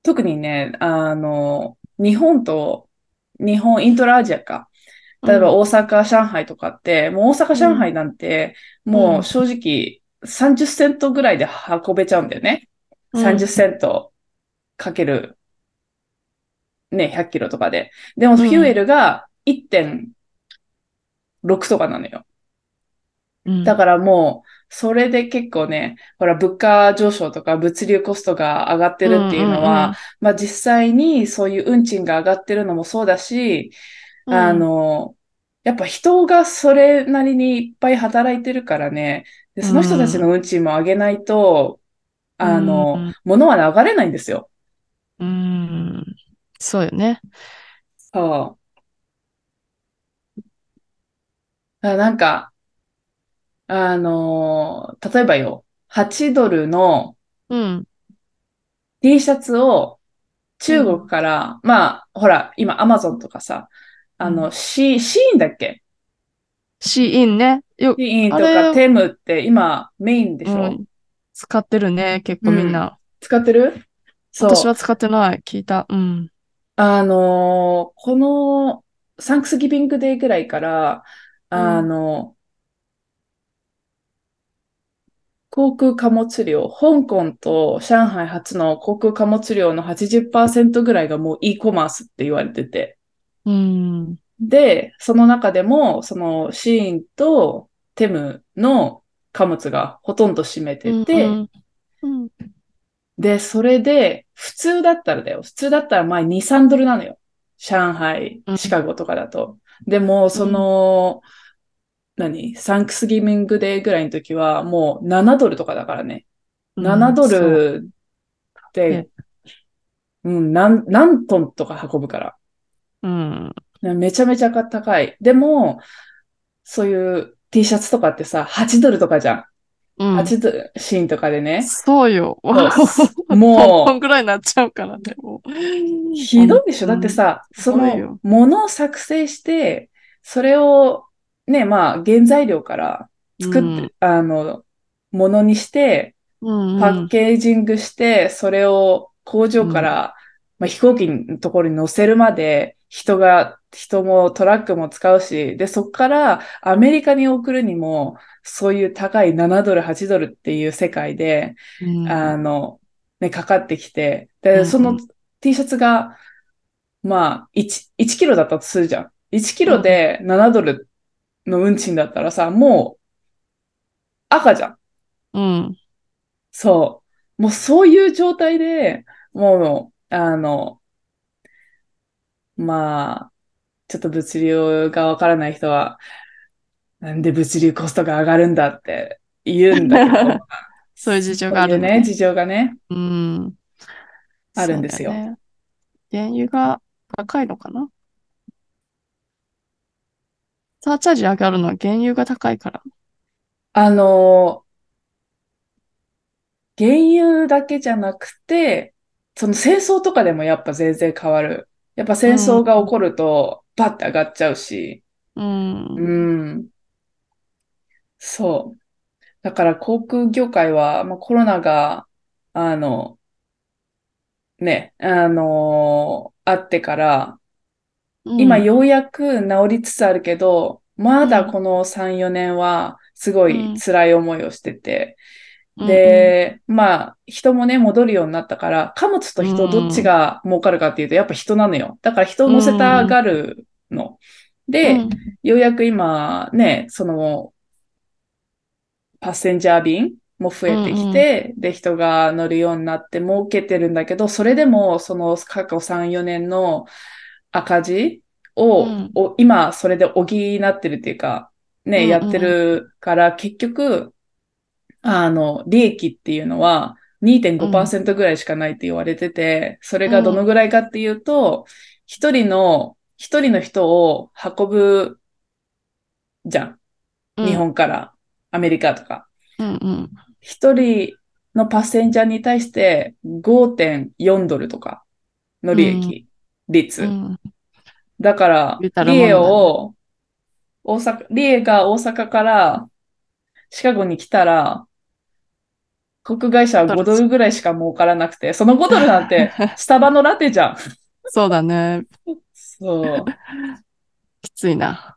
[SPEAKER 2] 特にね、あの、日本と、日本、イントラアジアか。例えば大阪、上海とかって、もう大阪、上海なんて、もう正直30セントぐらいで運べちゃうんだよね。
[SPEAKER 1] うん
[SPEAKER 2] 30セントかける、ね、100キロとかで。でも、
[SPEAKER 1] ん
[SPEAKER 2] フューエルが1.6とかなのよ。
[SPEAKER 1] うん、
[SPEAKER 2] だからもう、それで結構ね、ほら、物価上昇とか物流コストが上がってるっていうのは、まあ実際にそういう運賃が上がってるのもそうだし、
[SPEAKER 1] うん、
[SPEAKER 2] あの、やっぱ人がそれなりにいっぱい働いてるからね、でその人たちの運賃も上げないと、
[SPEAKER 1] うん、
[SPEAKER 2] あの、物は流れないんですよ。
[SPEAKER 1] うん、うん、そうよね。
[SPEAKER 2] そあなんか、あのー例えばよ、8ドルの
[SPEAKER 1] うん。
[SPEAKER 2] T シャツを中国から、まあ、ほら、今、アマゾンとかさ、あの、シー、シーンだっけ
[SPEAKER 1] シーインね。よ、
[SPEAKER 2] シーンと
[SPEAKER 1] あ
[SPEAKER 2] か
[SPEAKER 1] れ
[SPEAKER 2] テムって今、メインでしょ、
[SPEAKER 1] うん使ってるね。結構みんな。
[SPEAKER 2] 使ってるそう。
[SPEAKER 1] 私は使ってない。聞いた。うん。
[SPEAKER 2] あのーこの、サンクスギビングデーぐらいから、あの航空貨物量、香港と上海発の航空貨物量の80%ぐらいがもう e コマースって言われてて。
[SPEAKER 1] うん。
[SPEAKER 2] で、その中でも、そのシーンとテムの貨物がほとんど占めてて、
[SPEAKER 1] うんうん。
[SPEAKER 2] で、それで、普通だったらだよ。普通だったら前2、3ドルなのよ。上海
[SPEAKER 1] う、ん
[SPEAKER 2] シカゴとかだと。でも、その、何サンクスギミングデーぐらいの時は、もう7ドルとかだからね。
[SPEAKER 1] うん
[SPEAKER 2] 7ド
[SPEAKER 1] そう
[SPEAKER 2] ルで、うん、何、何トンとか運ぶから。
[SPEAKER 1] うん。
[SPEAKER 2] めちゃめちゃ高い。でも、そういう T シャツとかってさ、8ドルとかじゃ。
[SPEAKER 1] うんん。
[SPEAKER 2] 8ドル、シーンとか
[SPEAKER 1] (laughs)
[SPEAKER 2] でね。
[SPEAKER 1] そうよ。
[SPEAKER 2] そう
[SPEAKER 1] ポン
[SPEAKER 2] もう
[SPEAKER 1] ポン、ぐらいになっちゃうからね。もう
[SPEAKER 2] ひどいでしょだって、さ、そ
[SPEAKER 1] ひどい
[SPEAKER 2] の
[SPEAKER 1] よ
[SPEAKER 2] ものを作成して、それをね、まあ原材料から作って、
[SPEAKER 1] うん
[SPEAKER 2] あの、ものにして、
[SPEAKER 1] うんうん
[SPEAKER 2] パッケージングして、それを工場から、まあ、飛行機のところに乗せるまで、人が、人もトラックも使うし、で、そこからアメリカに送るにも、そういう高い7ドル、8ドルっていう世界で、
[SPEAKER 1] うん
[SPEAKER 2] あの、ね、かかってきて、
[SPEAKER 1] うんう
[SPEAKER 2] で、
[SPEAKER 1] ん
[SPEAKER 2] その T シャツが、まあ、1、1キロだったとするじゃん。1キロで7ドルの運賃だったらさ、もう、赤じゃん。
[SPEAKER 1] うん。、
[SPEAKER 2] そう。もうそういう状態で、もう、あの、まあ、ちょっと物流がわからない人は、なんで物流コストが上がるんだって言うんだけど
[SPEAKER 1] (laughs) そういう事情がある
[SPEAKER 2] そう
[SPEAKER 1] の
[SPEAKER 2] いう
[SPEAKER 1] ね
[SPEAKER 2] ね、事情がね。
[SPEAKER 1] うん。
[SPEAKER 2] あるんですよ
[SPEAKER 1] そうだね原油が高いのかなサーチャージ上がるのは原油が高いから。
[SPEAKER 2] あのー、原油だけじゃなくて、その戦争とかでもやっぱ全然変わる。やっぱ戦争が起こると、バッて上がっちゃうし、
[SPEAKER 1] うん。
[SPEAKER 2] うん。そう。だから航空業界は、まあ、コロナが、あの、ね、あのーあってから、
[SPEAKER 1] うん
[SPEAKER 2] 今ようやく治りつつあるけど、まだこの3、4年はすごい辛い思いをしてて、で、まあ、人もね、戻るようになったから、貨物と人
[SPEAKER 1] うん
[SPEAKER 2] どっちが儲かるかっていうと、やっぱ人なのよ。だから人を乗せたがるの。
[SPEAKER 1] うんう
[SPEAKER 2] で
[SPEAKER 1] ん、
[SPEAKER 2] ようやく今、ね、その、パッセンジャー便も増えてきて、で、人が乗るようになって儲けてるんだけど、それでも、その過去3、4年の赤字を、
[SPEAKER 1] うん
[SPEAKER 2] お今、それで補ってるっていうか、ね、
[SPEAKER 1] うんうん
[SPEAKER 2] やってるから、結局、あの、利益っていうのは2.5%ぐらいしかないって言われてて、それがどのぐらいかっていうと、一人の、一人の人を運ぶじゃん。
[SPEAKER 1] うん
[SPEAKER 2] 日本からアメリカとか。
[SPEAKER 1] うんうん。
[SPEAKER 2] 一人のパッセンジャーに対して5.4ドルとかの利益率。
[SPEAKER 1] うん
[SPEAKER 2] だから
[SPEAKER 1] 言うた、ら
[SPEAKER 2] リ
[SPEAKER 1] もん
[SPEAKER 2] エ
[SPEAKER 1] だね
[SPEAKER 2] を、大阪、リエが大阪からシカゴに来たら、航空会社は5ドルぐらいしか儲からなくて、その5ドルな
[SPEAKER 1] (laughs)
[SPEAKER 2] んてスタバのラテじゃん。
[SPEAKER 1] そうだね。
[SPEAKER 2] そう。
[SPEAKER 1] きついな。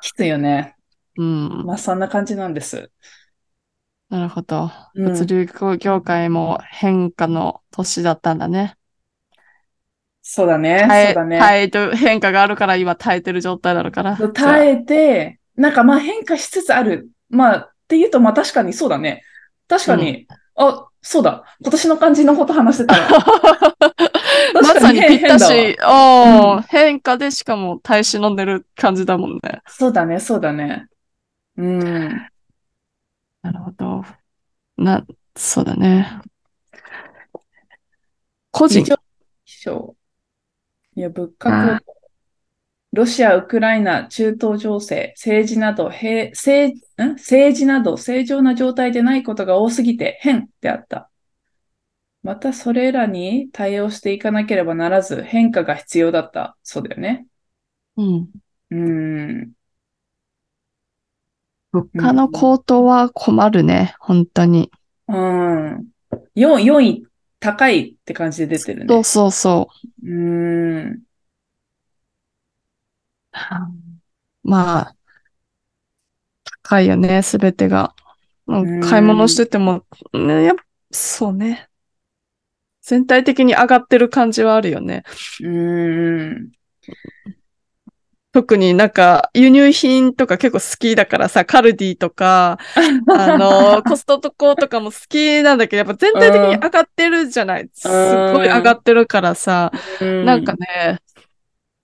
[SPEAKER 2] きついよね。
[SPEAKER 1] うん。
[SPEAKER 2] まあそんな感じなんです。
[SPEAKER 1] なるほど。
[SPEAKER 2] うん
[SPEAKER 1] 物流業界も変化の年だったんだね。
[SPEAKER 2] そうだね。
[SPEAKER 1] 耐え
[SPEAKER 2] そうだね。
[SPEAKER 1] 耐えと変化があるから今耐えてる状態なのかな。
[SPEAKER 2] 耐
[SPEAKER 1] え
[SPEAKER 2] えて、なんかまあ変化しつつある。まあっていうとまあ確かにそうだね。確かに、あ、そうだ。今年の感じのこと話してたら。
[SPEAKER 1] (laughs) ま
[SPEAKER 2] 確か
[SPEAKER 1] さ
[SPEAKER 2] に
[SPEAKER 1] に
[SPEAKER 2] 変
[SPEAKER 1] ぴった
[SPEAKER 2] 変だわ
[SPEAKER 1] し、おー変化でしかも耐え忍んでる感じだもんね。
[SPEAKER 2] そうだね、そうだね。うん。
[SPEAKER 1] なるほど。な、そうだね。個人
[SPEAKER 2] 異常気象いや、物価高騰。ロシア、ウクライナ、中東情勢、政治など、平政ん政治など正常な状態でないことが多すぎて変であった。またそれらに対応していかなければならず変化が必要だった。そうだよね。
[SPEAKER 1] うん。
[SPEAKER 2] うーん。
[SPEAKER 1] 物価の高騰は困るね、本当に。
[SPEAKER 2] うん。4、4位高いって感じで出てる
[SPEAKER 1] そう
[SPEAKER 2] ね。
[SPEAKER 1] そうそう。
[SPEAKER 2] うーん。
[SPEAKER 1] まあ、高いよね、すべてが。もう
[SPEAKER 2] うん
[SPEAKER 1] 買い物してても、ね、やっぱそうね。全体的に上がってる感じはあるよね。
[SPEAKER 2] うーん。
[SPEAKER 1] 特になんか輸入品とか結構好きだからさ、カルディと
[SPEAKER 2] (laughs)
[SPEAKER 1] か、あの、コストコとかも好きなんだけど、やっぱ全体的に上がってるじゃない。すっごい上がってるからさ、
[SPEAKER 2] うん
[SPEAKER 1] なんかね、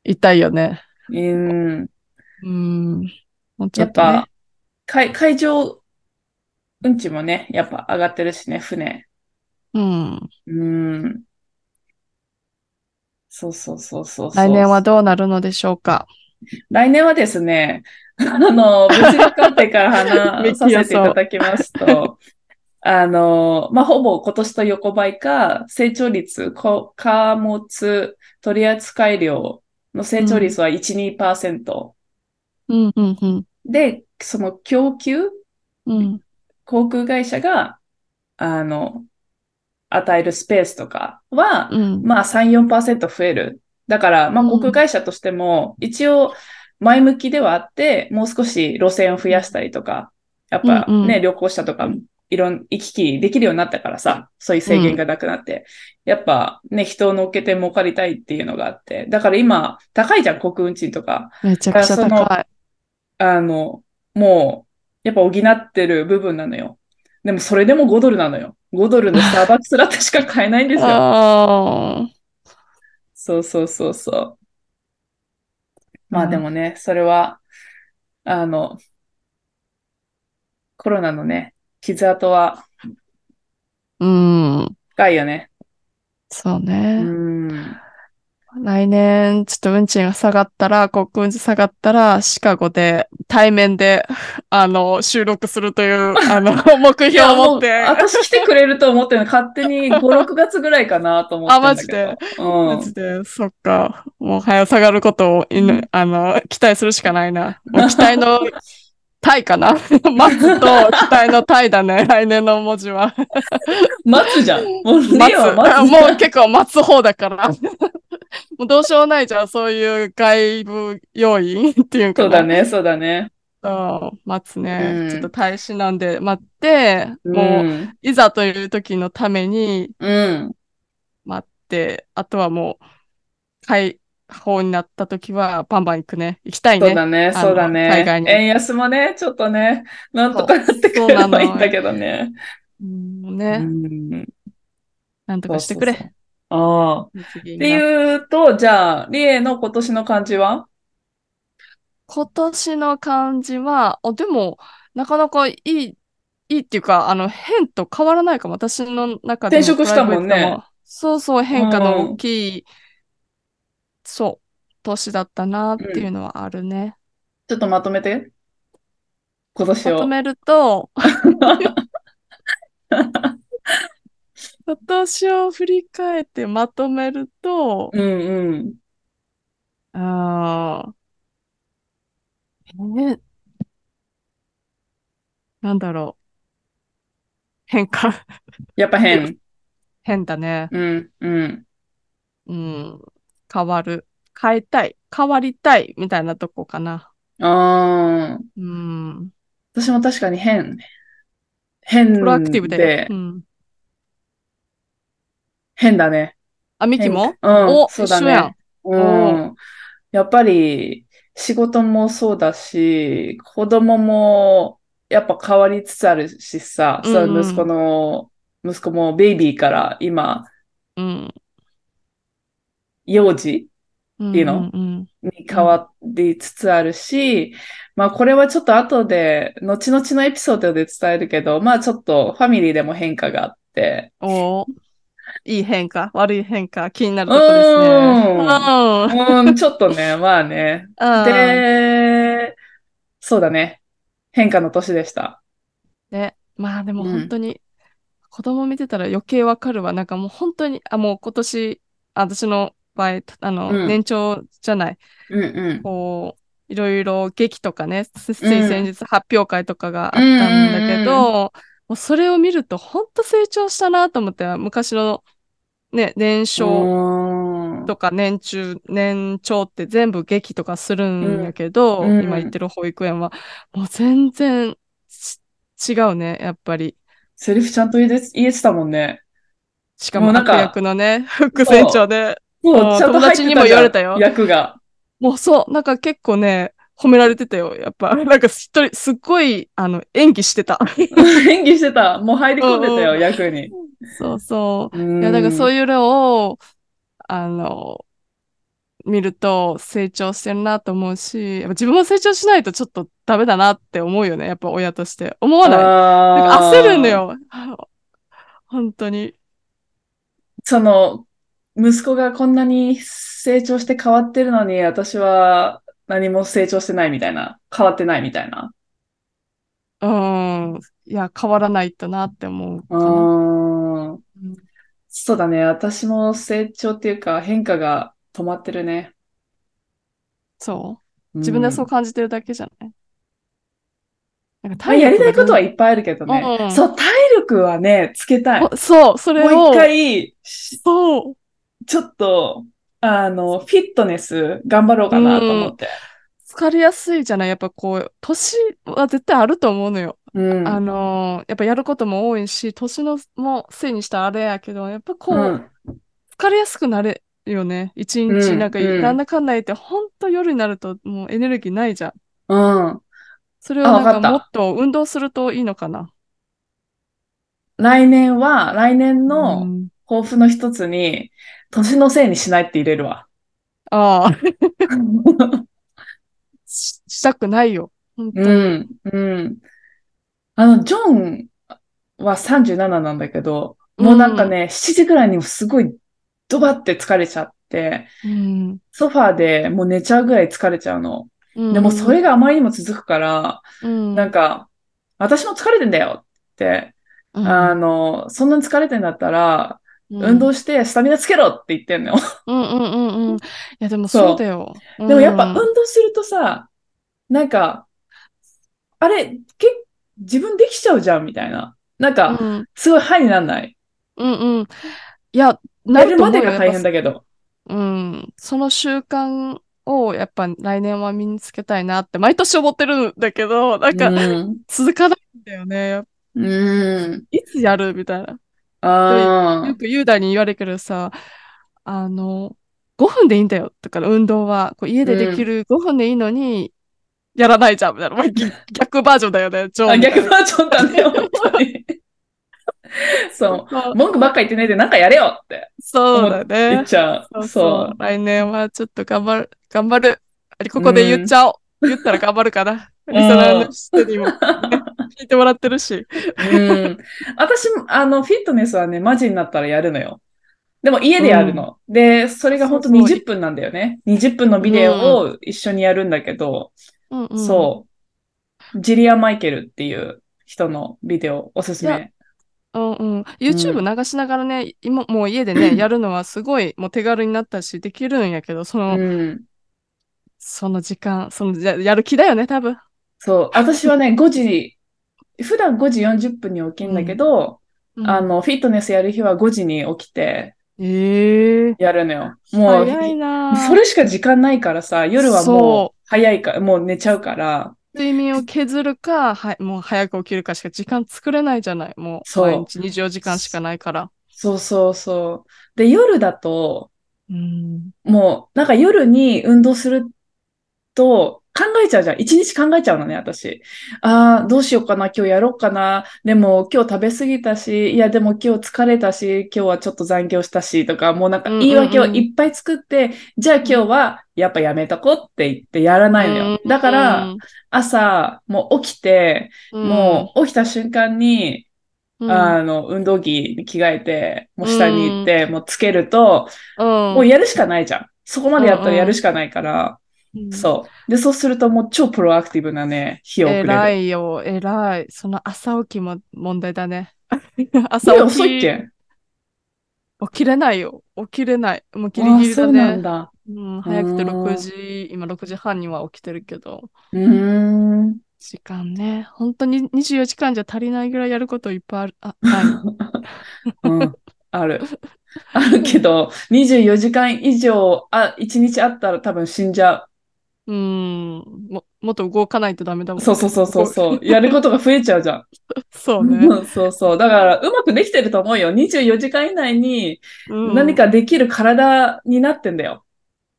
[SPEAKER 1] 痛いよね。
[SPEAKER 2] うん。
[SPEAKER 1] うん。もうちょ
[SPEAKER 2] や
[SPEAKER 1] っ
[SPEAKER 2] っ
[SPEAKER 1] と、ね
[SPEAKER 2] ぱ、、海、海上運賃もね、やっぱ上がってるしね、船。
[SPEAKER 1] うん。
[SPEAKER 2] うん。そうそうそうそうそう。
[SPEAKER 1] 来年はどうなるのでしょうか。
[SPEAKER 2] 来年はですね、 (laughs) あの、物流鑑定から
[SPEAKER 1] (laughs)
[SPEAKER 2] 話させていただきますと、 (laughs) あの、まあ、ほぼ今年と横ばいか、成長率、こ貨物取扱量の成長率は1、2%。
[SPEAKER 1] うん、うん、うん。
[SPEAKER 2] で、その供給、
[SPEAKER 1] うん。
[SPEAKER 2] 航空会社が、あの、与えるスペースとかは、
[SPEAKER 1] うん。
[SPEAKER 2] まあ3、4%増える。だから、まあ
[SPEAKER 1] うん
[SPEAKER 2] 航空会社としても、一応前向きではあって、もう少し路線を増やしたりとか、やっぱね、
[SPEAKER 1] うんうん
[SPEAKER 2] 旅行者とか、いろん、行き来できるようになったからさ、そういう制限がなくなって、やっぱね、人を乗っけて儲かりたいっていうのがあって、だから今、高いじゃん、航空運賃とか。
[SPEAKER 1] めちゃくちゃ高い。
[SPEAKER 2] あの、もう、やっぱ補ってる部分なのよ。でも、それでも5ドルなのよ。5
[SPEAKER 1] (laughs)
[SPEAKER 2] ドルのスターバックスラテしか買えないんですよ。
[SPEAKER 1] ああ。
[SPEAKER 2] そうそうそうそう。まあでもね、それは、あの、コロナのね、傷跡は
[SPEAKER 1] うん。
[SPEAKER 2] 深いよね。
[SPEAKER 1] そう
[SPEAKER 2] う
[SPEAKER 1] ね。
[SPEAKER 2] ん。
[SPEAKER 1] 来年、ちょっと運賃が下がったら、航空運賃下がったら、シカゴで、対面で、 (laughs) あの、収録すると (laughs) いう、あの、目
[SPEAKER 2] い
[SPEAKER 1] 標
[SPEAKER 2] や、
[SPEAKER 1] を
[SPEAKER 2] も
[SPEAKER 1] 持
[SPEAKER 2] う、
[SPEAKER 1] って。
[SPEAKER 2] 私来てくれると思ってるの、勝手に5、6月ぐらいかなと思ってるんだけど。
[SPEAKER 1] あ
[SPEAKER 2] うん。
[SPEAKER 1] マジで、そっか。もう早下がることをいぬ、あの、期待するしかないな。もう期待 (laughs) の、タイかな (laughs) 待つと期待のタイだね、来年の文字は。
[SPEAKER 2] 待つじゃん。もう、
[SPEAKER 1] 待つ。
[SPEAKER 2] ねは
[SPEAKER 1] あ
[SPEAKER 2] 待つ。
[SPEAKER 1] もう結構待つ方だから。
[SPEAKER 2] (laughs)
[SPEAKER 1] もうどうしようもないじゃん、そういう外部要因っていうか
[SPEAKER 2] そう
[SPEAKER 1] な
[SPEAKER 2] だね、そうだね。
[SPEAKER 1] うん待つね。
[SPEAKER 2] うん
[SPEAKER 1] ちょっと大使なんで待って、もう、
[SPEAKER 2] ん。
[SPEAKER 1] いざという時のために
[SPEAKER 2] うん。
[SPEAKER 1] 待って、あとはもう、解放になった時はバンバン行くね。行きたい
[SPEAKER 2] そう
[SPEAKER 1] ね。
[SPEAKER 2] だね、
[SPEAKER 1] あの
[SPEAKER 2] そうだね。
[SPEAKER 1] 海外に
[SPEAKER 2] 円安もね、ちょっとね、なんとかなってくれ
[SPEAKER 1] そう
[SPEAKER 2] れ
[SPEAKER 1] そうな
[SPEAKER 2] ば
[SPEAKER 1] の
[SPEAKER 2] いいんだけどね。
[SPEAKER 1] うん
[SPEAKER 2] う
[SPEAKER 1] ね、
[SPEAKER 2] ん。
[SPEAKER 1] なんとかしてく
[SPEAKER 2] そう
[SPEAKER 1] れ。
[SPEAKER 2] そうそうああ。
[SPEAKER 1] 日銀
[SPEAKER 2] って
[SPEAKER 1] が
[SPEAKER 2] いうと、じゃあ、リエの今年の漢字は
[SPEAKER 1] 今年の漢字は、あ、でも、なかなかいい、いいっていうか、あの、変と変わらないかも。私の中でも。
[SPEAKER 2] 転職したもんね
[SPEAKER 1] プライベートもそうそう、変化の大きい、そう、年だったなっていうのはあるね。
[SPEAKER 2] ちょっとまとめて。今年
[SPEAKER 1] まと
[SPEAKER 2] を。
[SPEAKER 1] める
[SPEAKER 2] (laughs)
[SPEAKER 1] と、今年を振り返ってまとめると、
[SPEAKER 2] うんうん。
[SPEAKER 1] あーえーなんだろう。変化、 (laughs)
[SPEAKER 2] やっぱ変。
[SPEAKER 1] 変だね。
[SPEAKER 2] うんうん。
[SPEAKER 1] うん、変わる。変えたい。変わりたい。みたいなとこかな。
[SPEAKER 2] ああ。
[SPEAKER 1] うん。
[SPEAKER 2] 私も確かに変。変
[SPEAKER 1] プロアクティブで。
[SPEAKER 2] で
[SPEAKER 1] うん。
[SPEAKER 2] 変だね。
[SPEAKER 1] あ、ミキも
[SPEAKER 2] 変うん、
[SPEAKER 1] お、
[SPEAKER 2] そう
[SPEAKER 1] 一
[SPEAKER 2] だ
[SPEAKER 1] 緒やん
[SPEAKER 2] ね。。うん。やっぱり仕事もそうだし、子供もやっぱ変わりつつあるしさ、
[SPEAKER 1] うんうん
[SPEAKER 2] その息子の、息子もベイビーから今、
[SPEAKER 1] うん。
[SPEAKER 2] 幼児
[SPEAKER 1] うん
[SPEAKER 2] いいの
[SPEAKER 1] うん
[SPEAKER 2] に変わりつつあるし、まあこれはちょっと後で、後々のエピソードで伝えるけど、まあちょっとファミリーでも変化があって、
[SPEAKER 1] うん。おいい変化、悪い変化、気になるとこですね。
[SPEAKER 2] うん
[SPEAKER 1] うん
[SPEAKER 2] うん、ちょっと
[SPEAKER 1] (laughs)
[SPEAKER 2] ね、まあね。
[SPEAKER 1] うん
[SPEAKER 2] で、そうだね。変化の年でした。
[SPEAKER 1] ね、まあでも
[SPEAKER 2] うん
[SPEAKER 1] 本当に、子供見てたら余計わかるわ。なんかもう本当に、あ、もう今年、あ私の場合、あの、
[SPEAKER 2] うん
[SPEAKER 1] 年長じゃない、
[SPEAKER 2] うんうん。
[SPEAKER 1] こう、いろいろ劇とかね、つつい先日発表会とかがあったんだけど、
[SPEAKER 2] うん
[SPEAKER 1] もうそれを見ると本当成長したなと思って、昔のね、年少
[SPEAKER 2] う
[SPEAKER 1] とか年中、年長って全部劇とかするんやけど、
[SPEAKER 2] うんうん
[SPEAKER 1] 今行ってる保育園は、もう全然ち違うね、やっぱり。
[SPEAKER 2] セリフちゃんと言えて言えてたもんね。
[SPEAKER 1] しか
[SPEAKER 2] も
[SPEAKER 1] も
[SPEAKER 2] うなん
[SPEAKER 1] 悪
[SPEAKER 2] か
[SPEAKER 1] 役のね、副船長で。
[SPEAKER 2] そうう、
[SPEAKER 1] ん
[SPEAKER 2] ちゃんと入
[SPEAKER 1] 友
[SPEAKER 2] ってたじゃん
[SPEAKER 1] 達にも言われたよ (laughs)
[SPEAKER 2] 役が。
[SPEAKER 1] もうそう、なんか結構ね、褒められてたよ。やっぱ、 (laughs) なんか一人、すっごい、あの、演技してた。
[SPEAKER 2] 演技してた。もう入り込んでたよ、
[SPEAKER 1] うん
[SPEAKER 2] 役に。
[SPEAKER 1] (laughs) そうそう。い
[SPEAKER 2] い
[SPEAKER 1] や、だからそう
[SPEAKER 2] い
[SPEAKER 1] いうのを、あの、見ると成長してるなと思うし、やっぱ自分も成長しないとちょっとダメだなって思うよね。やっぱ親として。思わないなんか焦るの。よ。 (laughs) 本当に。
[SPEAKER 2] その、息子がこんなに成長して変わってるのに、私は何も成長してないみたいな。変わってないみたいな。
[SPEAKER 1] うん。いや、変わらないとなって思うか
[SPEAKER 2] う
[SPEAKER 1] な。
[SPEAKER 2] ーん。
[SPEAKER 1] うん
[SPEAKER 2] そうだね。私も成長っていうか、変化が止まってるね。
[SPEAKER 1] そう。
[SPEAKER 2] うん
[SPEAKER 1] 自分でそう感じてるだけじゃない。なんか
[SPEAKER 2] まあ、やりたいことはい
[SPEAKER 1] い
[SPEAKER 2] っぱいあるけどね。
[SPEAKER 1] うん
[SPEAKER 2] そう、体力はね、つけたい。も
[SPEAKER 1] そう、それを。
[SPEAKER 2] う一回、
[SPEAKER 1] そう。
[SPEAKER 2] ちょっと、あの、フィットネス頑張ろうかなと思って。
[SPEAKER 1] 疲れやすいじゃないやっぱこう、年は絶対あると思うのよ。
[SPEAKER 2] うん。
[SPEAKER 1] あのーやっぱやることも多いし、年のもせいにしたらあれやけど、やっぱこう、
[SPEAKER 2] うん
[SPEAKER 1] 疲れやすくなれるよね。一
[SPEAKER 2] う
[SPEAKER 1] 日、
[SPEAKER 2] ん
[SPEAKER 1] なんか、
[SPEAKER 2] うん
[SPEAKER 1] なんだかんだ言って、ほんと夜になるともうエネルギーないじゃん。
[SPEAKER 2] うん。
[SPEAKER 1] それを
[SPEAKER 2] あ
[SPEAKER 1] な
[SPEAKER 2] わか
[SPEAKER 1] ん
[SPEAKER 2] った
[SPEAKER 1] かもっと運動するといいのかな。
[SPEAKER 2] 来年は、来年
[SPEAKER 1] う
[SPEAKER 2] の
[SPEAKER 1] ん
[SPEAKER 2] 抱負の一つに、年のせいにしないって入れ
[SPEAKER 1] (laughs)
[SPEAKER 2] るわ。
[SPEAKER 1] ああ、 (laughs) ししたくないよ。本当
[SPEAKER 2] う
[SPEAKER 1] に。
[SPEAKER 2] ん。うん。あの、ジョンは37なんだけど、もうなんかね、7時ぐらいにもすごいドバって疲れちゃって、
[SPEAKER 1] うん。
[SPEAKER 2] ソファーでもう寝ちゃうぐらい疲れちゃうの。
[SPEAKER 1] うん、
[SPEAKER 2] でもそれがあまりにも続くから、
[SPEAKER 1] うん、
[SPEAKER 2] なんか、私も疲れてんだよって、
[SPEAKER 1] うん、
[SPEAKER 2] あの、そんなに疲れてんだったら、運動してスタミナつけろって言ってんのよ。
[SPEAKER 1] うんうんうんうん。いや、でも
[SPEAKER 2] そう
[SPEAKER 1] そうだよ。で
[SPEAKER 2] でもやっぱ運動するとさ、なんか、あれ、け、自分できちゃうじゃんみたいな。なん
[SPEAKER 1] う
[SPEAKER 2] か、
[SPEAKER 1] ん、
[SPEAKER 2] すごいハイになんない。
[SPEAKER 1] うんうん。いや、な
[SPEAKER 2] や
[SPEAKER 1] る
[SPEAKER 2] る
[SPEAKER 1] と思
[SPEAKER 2] ま
[SPEAKER 1] うよ
[SPEAKER 2] でが大変だけど。
[SPEAKER 1] やっぱうん。その習慣を、やっぱ来年は身につけたいなって、毎年思ってるんだけど、なんか、
[SPEAKER 2] うん。
[SPEAKER 1] 続かないんだよね。
[SPEAKER 2] うん。
[SPEAKER 1] いつやるみたいな。
[SPEAKER 2] あ
[SPEAKER 1] よく雄大に言われるけどさ、あの、5分でいいんだよ。だから運動は、こう家でできる5分でいいのに、やらないじゃんみたいな。まあぎ逆バージョンだよね、ジョ
[SPEAKER 2] ーあ。
[SPEAKER 1] ンみたいな。
[SPEAKER 2] 逆バージョンだね、本当に。そう。
[SPEAKER 1] (laughs)
[SPEAKER 2] 文句ばっか言ってないでなんかやれよって
[SPEAKER 1] そうだね
[SPEAKER 2] 言っ。ちゃ
[SPEAKER 1] そう
[SPEAKER 2] う。
[SPEAKER 1] そ。
[SPEAKER 2] そう
[SPEAKER 1] 来年はちょっと頑張る、頑張る。あれ、ここで言っちゃおう。言ったら頑張るか (laughs) な。
[SPEAKER 2] ん
[SPEAKER 1] リスナーの人にも、 (laughs) ね、聞いてもらってるし。
[SPEAKER 2] う。うん。私、あの、フィットネスはね、マジになったらやるのよ。でも家でやるの。で、それが本当
[SPEAKER 1] そうそう
[SPEAKER 2] 20分なんだよね。20分のビデオを一緒にやるんだけど、
[SPEAKER 1] うんうん、
[SPEAKER 2] そう。ジリア・マイケルっていう人のビデオおすす
[SPEAKER 1] い
[SPEAKER 2] め。
[SPEAKER 1] う。うんうん。YouTube 流しながらね、今もう家でね、やるのはすごいもう手軽になったし、できるんやけど、そうの、
[SPEAKER 2] ん。
[SPEAKER 1] その時間、そのや、やる気だよね、多分。
[SPEAKER 2] そう。私
[SPEAKER 1] (laughs)
[SPEAKER 2] はね、5時、普段5時40分に起きるんだけど、
[SPEAKER 1] うん
[SPEAKER 2] あの、フィットネスやる日は5時に起きて
[SPEAKER 1] ええ
[SPEAKER 2] やるのよ。もう、
[SPEAKER 1] 早いな (laughs) ぁ
[SPEAKER 2] それしか時間ないからさ、夜はも
[SPEAKER 1] そう
[SPEAKER 2] 早いから、もう寝ちゃうから、
[SPEAKER 1] 睡眠を削るか、はい、もう早く起きるかしか時間作れないじゃない。もう、
[SPEAKER 2] そう
[SPEAKER 1] 毎日24時間しかないから。
[SPEAKER 2] そうそうそう。で、夜だと、
[SPEAKER 1] うん。
[SPEAKER 2] もう、なんか夜に運動すると、考えちゃうじゃん。一日考えちゃうのね、私。ああ、どうしようかな、今日やろうかな。でも、今日食べ過ぎたし、いや、でも今日疲れたし、今日はちょっと残業したし、とか、もうなんか
[SPEAKER 1] うんうんうん
[SPEAKER 2] 言い訳をいっぱい作って、じゃあ今日は、やっぱやめとこうって言ってやらないのよ。だから、、朝、もう起きて、もう起きた瞬間に、
[SPEAKER 1] うん
[SPEAKER 2] あの、運動着に着替えて、もう下に行って、もうつけると、
[SPEAKER 1] うん
[SPEAKER 2] もうやるしかないじゃん。そこまでやったらやるしかないから、
[SPEAKER 1] うん
[SPEAKER 2] そう。で、そうするともう超プロアクティブなね、日を送れる。
[SPEAKER 1] 偉いよ、偉い。その朝起きも問題だ
[SPEAKER 2] (laughs)
[SPEAKER 1] ね。朝
[SPEAKER 2] そ
[SPEAKER 1] 起
[SPEAKER 2] う
[SPEAKER 1] き
[SPEAKER 2] 遅いっけ
[SPEAKER 1] 起きれないよ。起きれない。もうギリギリ
[SPEAKER 2] あそ
[SPEAKER 1] だ
[SPEAKER 2] うなん
[SPEAKER 1] ね。
[SPEAKER 2] だ。
[SPEAKER 1] うん、早くて
[SPEAKER 2] うん
[SPEAKER 1] 6時、今6時半には起きてるけど。
[SPEAKER 2] うーん。 (laughs)
[SPEAKER 1] 時間ね。本当に24時間じゃ足りないぐらいやることいっぱいある。あ、ある
[SPEAKER 2] うん、ある。あるけど、24時間以上、あ、1日あったら多分死んじゃ
[SPEAKER 1] うん。も、もっと動かないとダメだも
[SPEAKER 2] う。
[SPEAKER 1] ん
[SPEAKER 2] そうそうそうそうそう。やることが増えちゃうじゃん。
[SPEAKER 1] そう (laughs) ね。
[SPEAKER 2] うん (laughs) そうそう。だから、うまくできてると思うよ。24時間以内に
[SPEAKER 1] うん
[SPEAKER 2] 何。かできる体になってんだよ。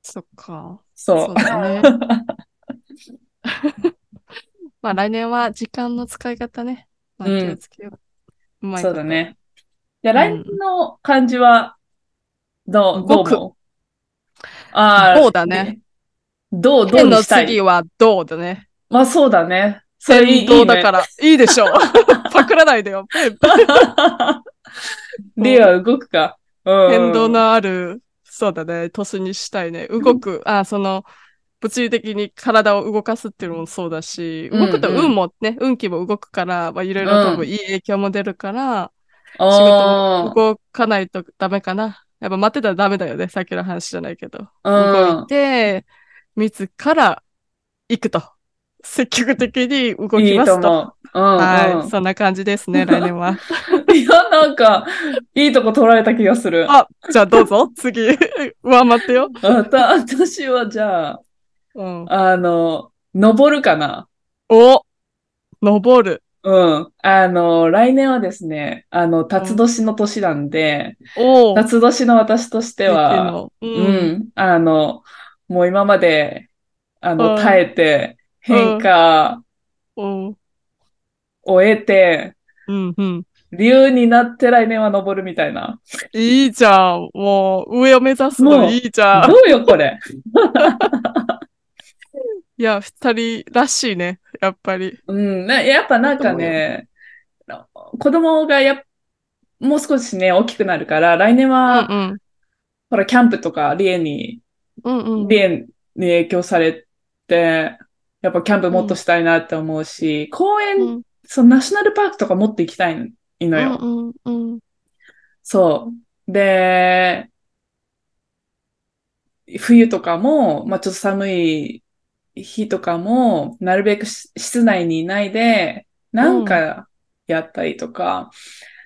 [SPEAKER 1] そっか。
[SPEAKER 2] そ
[SPEAKER 1] そう
[SPEAKER 2] (laughs)
[SPEAKER 1] だね。まあ来年は時間の使い方ね。まあ
[SPEAKER 2] うん
[SPEAKER 1] 気をつけよう。う
[SPEAKER 2] う。
[SPEAKER 1] まいこ
[SPEAKER 2] そう
[SPEAKER 1] と
[SPEAKER 2] だ。ね。じゃあ、来年の漢字は、どう、ど
[SPEAKER 1] 動
[SPEAKER 2] う
[SPEAKER 1] く
[SPEAKER 2] 思うああ、
[SPEAKER 1] どうだね。
[SPEAKER 2] どう、どう
[SPEAKER 1] 天
[SPEAKER 2] に
[SPEAKER 1] の
[SPEAKER 2] したい
[SPEAKER 1] 次はどうだね。
[SPEAKER 2] まあ、そうだね。それい
[SPEAKER 1] 天
[SPEAKER 2] い、
[SPEAKER 1] 道だ
[SPEAKER 2] ね
[SPEAKER 1] から、いいでしょう。パクらないでよ。
[SPEAKER 2] (laughs) リは動くか。うん。
[SPEAKER 1] 変動。のある、そうだね、年にしたいね。動く、あ、その、物理的に体を動かすっていうのもそうだし、動くと
[SPEAKER 2] うんうん
[SPEAKER 1] 運もね、運気も動くから、まあ、いろいろ
[SPEAKER 2] うん
[SPEAKER 1] 多分いい影響も出るから、仕事
[SPEAKER 2] あ
[SPEAKER 1] も動かないとダメかな。やっぱ待ってたらダメだよね、さっきの話じゃないけど。
[SPEAKER 2] あ。
[SPEAKER 1] 動いて、自ら行くと。積極的に動きますと。
[SPEAKER 2] 思う。うん、うん。
[SPEAKER 1] はい、そんな感じですね、来年は。
[SPEAKER 2] いや、なんか、いいとこ取られた気がする。
[SPEAKER 1] あ、じゃあどうぞ、次。 (laughs) 上回ってよ。
[SPEAKER 2] わた私はじゃあ、
[SPEAKER 1] うん、
[SPEAKER 2] あの、登るかな。
[SPEAKER 1] お登る。
[SPEAKER 2] うん。あの、来年はですね、あの、辰年の年なんで、
[SPEAKER 1] おー
[SPEAKER 2] 辰年の私としては、
[SPEAKER 1] う
[SPEAKER 2] うん、。あの、もう今まで、あの、
[SPEAKER 1] うん
[SPEAKER 2] 耐えて、変化、
[SPEAKER 1] おー
[SPEAKER 2] 終えて、
[SPEAKER 1] うん、うん。
[SPEAKER 2] 竜になって来年は登るみたいな。
[SPEAKER 1] いいじゃん。もう、上を目指す
[SPEAKER 2] も
[SPEAKER 1] の
[SPEAKER 2] う
[SPEAKER 1] いいじゃん
[SPEAKER 2] ど。うよ、
[SPEAKER 1] (laughs)
[SPEAKER 2] これ。
[SPEAKER 1] いや、二人らしいね。やっぱり。
[SPEAKER 2] うん、な、やっぱなんかね、子供がやっ、もう少しね、大きくなるから、来年
[SPEAKER 1] う
[SPEAKER 2] は、
[SPEAKER 1] ん、
[SPEAKER 2] ほら、キャンプとか、リエに、
[SPEAKER 1] うん。うん、うん。
[SPEAKER 2] リエに影響されて、やっぱキャンプもっとしたいなって思うし、公園、
[SPEAKER 1] うん、
[SPEAKER 2] そう、ナショナルパークとかもっと行きたいのよ。
[SPEAKER 1] うん、うん。
[SPEAKER 2] そう。で、冬とかも、まあちょっと寒い日とかも、なるべくし室内にいないで、なんかやったりとか、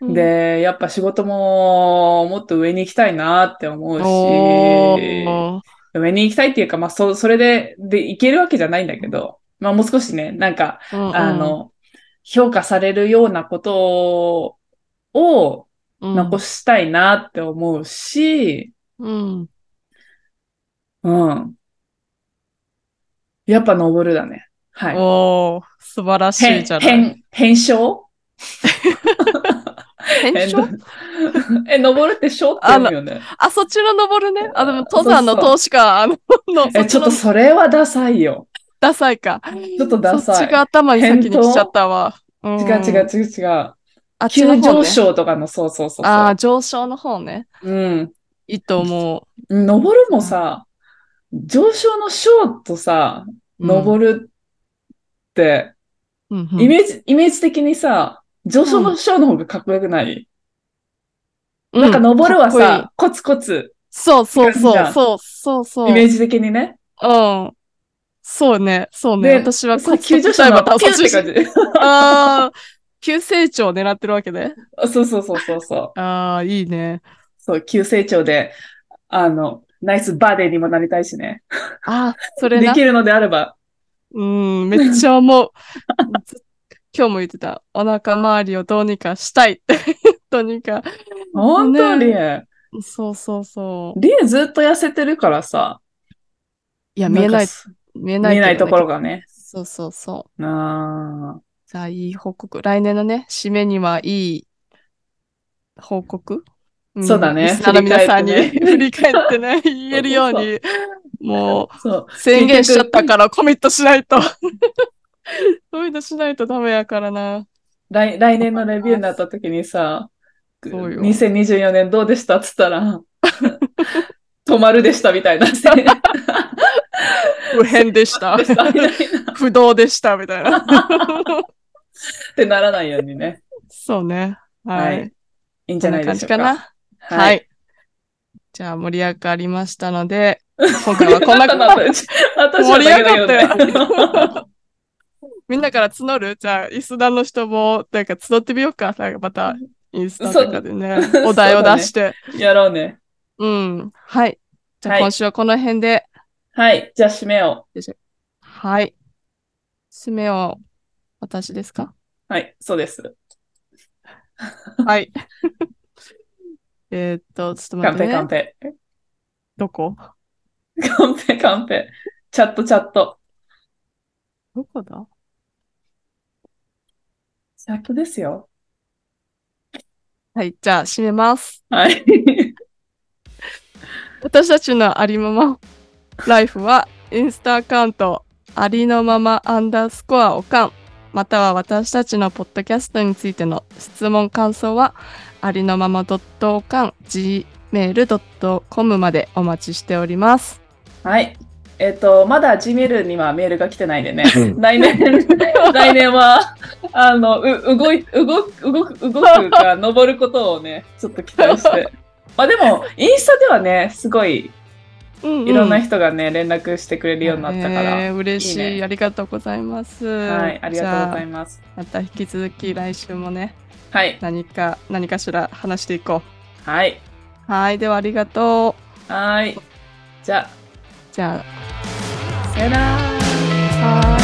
[SPEAKER 1] うん、
[SPEAKER 2] で、やっぱ仕事ももっと上に行きたいなって思
[SPEAKER 1] お
[SPEAKER 2] うし、
[SPEAKER 1] ー。
[SPEAKER 2] 上に行きたいっていうか、まあそ、それで、で、行けるわけじゃないんだけど、まあもう少しね、なんか、
[SPEAKER 1] うんうん
[SPEAKER 2] あ、の、評価されるようなことを、
[SPEAKER 1] うん
[SPEAKER 2] 残したいなって思うし、
[SPEAKER 1] うん。
[SPEAKER 2] うん。やっぱ登るだね。はい。
[SPEAKER 1] おー、素晴らしいじゃない。
[SPEAKER 2] 変、変称
[SPEAKER 1] 変装
[SPEAKER 2] (laughs) え、登るって章って言うよね。
[SPEAKER 1] あ、そっちの登るね。あ、でも登山の投資か。あの、の
[SPEAKER 2] え、ちょっと
[SPEAKER 1] そちの
[SPEAKER 2] それはダサいよ。
[SPEAKER 1] ダサいか。
[SPEAKER 2] ちょっとダ
[SPEAKER 1] そ
[SPEAKER 2] サ
[SPEAKER 1] っ
[SPEAKER 2] い
[SPEAKER 1] ち。が頭に先に来ちゃったわ。違
[SPEAKER 2] 違う違う。違う違う。
[SPEAKER 1] あっちの
[SPEAKER 2] 急
[SPEAKER 1] 方ね
[SPEAKER 2] 上昇とかの、そうそうそうそう。
[SPEAKER 1] ああ、上昇の方ね。
[SPEAKER 2] うん。
[SPEAKER 1] いいと思
[SPEAKER 2] 登るもさ、上昇の章とさ、
[SPEAKER 1] う。
[SPEAKER 2] 登るって、
[SPEAKER 1] うん、うん
[SPEAKER 2] イメージ、イメージ的にさ、上昇の章の方がかっこよくない、
[SPEAKER 1] うん
[SPEAKER 2] なんか登るは
[SPEAKER 1] かっこいい
[SPEAKER 2] さ、コツコツ、
[SPEAKER 1] そうそう
[SPEAKER 2] じ
[SPEAKER 1] そ
[SPEAKER 2] ゃ
[SPEAKER 1] う、
[SPEAKER 2] ん
[SPEAKER 1] そうそうそう。
[SPEAKER 2] イメージ的にね。
[SPEAKER 1] うん。そうね、そうね。
[SPEAKER 2] で
[SPEAKER 1] 私は
[SPEAKER 2] それ急上
[SPEAKER 1] 例
[SPEAKER 2] 昇
[SPEAKER 1] えば
[SPEAKER 2] のピューって感じ。
[SPEAKER 1] ああ、急成長を狙ってるわけね。
[SPEAKER 2] (laughs) そうそうそうそうそう。
[SPEAKER 1] ああ、いいね。
[SPEAKER 2] そう、急成長で、あの、ナイスバーデーにもなりたいしね。
[SPEAKER 1] ああ、それ
[SPEAKER 2] で
[SPEAKER 1] な。
[SPEAKER 2] きるのであれば。
[SPEAKER 1] うん、めっちゃ思う。 (laughs) ず今日も言ってた。お腹周りをどうにかしたい (laughs) って。どうにか。
[SPEAKER 2] 本当
[SPEAKER 1] ね
[SPEAKER 2] リエ。
[SPEAKER 1] そうそうそう。
[SPEAKER 2] リエずっと痩せてるからさ。
[SPEAKER 1] いや、見えない
[SPEAKER 2] んか、す
[SPEAKER 1] 見え
[SPEAKER 2] 見
[SPEAKER 1] ない
[SPEAKER 2] え
[SPEAKER 1] けどね
[SPEAKER 2] ないところがね。
[SPEAKER 1] そうそうそう。
[SPEAKER 2] あ
[SPEAKER 1] じゃあ、いい報告。来年のね、締めにはいい報告。ん
[SPEAKER 2] そうだね
[SPEAKER 1] リスナーの皆さんに振
[SPEAKER 2] 振
[SPEAKER 1] り
[SPEAKER 2] り
[SPEAKER 1] 返ってね、言えるように、も
[SPEAKER 2] ーそう。
[SPEAKER 1] う宣言しちゃったからコミットしないと。コミットしないとダメやからな。
[SPEAKER 2] 来、来年のレビューになった時にさ、
[SPEAKER 1] そうよ
[SPEAKER 2] 2024年どうでしたっつったら、止まるでしたみたいな。せで
[SPEAKER 1] 不変でした。
[SPEAKER 2] したみたいな。っ
[SPEAKER 1] (laughs) 不動でした、みたいな。
[SPEAKER 2] てならないようにね。
[SPEAKER 1] そうね。はい。
[SPEAKER 2] はいいいんじゃないでしょうか。
[SPEAKER 1] こんな感じかな。は。
[SPEAKER 2] はいい。
[SPEAKER 1] じゃあ、盛り上がりましたの
[SPEAKER 2] (laughs)
[SPEAKER 1] で、今
[SPEAKER 2] 盛
[SPEAKER 1] 回
[SPEAKER 2] り
[SPEAKER 1] は
[SPEAKER 2] 上
[SPEAKER 1] こんな
[SPEAKER 2] がったな、私私はだけだけどね
[SPEAKER 1] 盛り上
[SPEAKER 2] (laughs)
[SPEAKER 1] みんなから募るじゃあ、イスラの人も、なんか募ってみようか。なんかまた、インスタとかでね
[SPEAKER 2] そう、 (laughs)
[SPEAKER 1] お題を出して。
[SPEAKER 2] やろうね。
[SPEAKER 1] うん。はい。じゃあ、
[SPEAKER 2] はい
[SPEAKER 1] 今週はこの辺で、
[SPEAKER 2] はい。じゃあ、締めを。
[SPEAKER 1] はい。締めを、私ですか
[SPEAKER 2] はい。そうです。 (laughs)
[SPEAKER 1] はい。えーっと、ちょっと
[SPEAKER 2] カ
[SPEAKER 1] 待
[SPEAKER 2] ン
[SPEAKER 1] って
[SPEAKER 2] ペ、カン
[SPEAKER 1] ね。
[SPEAKER 2] ペ。
[SPEAKER 1] どこ
[SPEAKER 2] カンペ、カンペ。チャット、チャット。
[SPEAKER 1] どこだ
[SPEAKER 2] チャットですよ。
[SPEAKER 1] はい。じゃあ、締めます。
[SPEAKER 2] はい。
[SPEAKER 1] 私たちのありままライフはインスタアカウントありのままアンダースコアおかんまたは私たちのポッドキャストについての質問感想はありのままおかん gmail.com までお待ちしております。
[SPEAKER 2] はい。えっ、と、まだ Gmail にはメールが来てないんでね。
[SPEAKER 1] (laughs)
[SPEAKER 2] 来年、来年は、あの、う動い、動く、動く、動く
[SPEAKER 1] (laughs)
[SPEAKER 2] か、登ることをね、ちょっと期待して。まあでも、インスタではね、すごい、
[SPEAKER 1] うんうん
[SPEAKER 2] いろんな人がね、連絡してくれるようになったから。
[SPEAKER 1] えー嬉しい
[SPEAKER 2] いいね
[SPEAKER 1] ありがとうございます。
[SPEAKER 2] はい、ありがとうござい
[SPEAKER 1] ま
[SPEAKER 2] ます。
[SPEAKER 1] す。また引き続き来週もね
[SPEAKER 2] はい、
[SPEAKER 1] 何か何かしら話していこ
[SPEAKER 2] はい、
[SPEAKER 1] う。はいではありがと
[SPEAKER 2] はい。じゃ
[SPEAKER 1] う。じゃ
[SPEAKER 2] あ、さよなら。
[SPEAKER 1] あ。はーい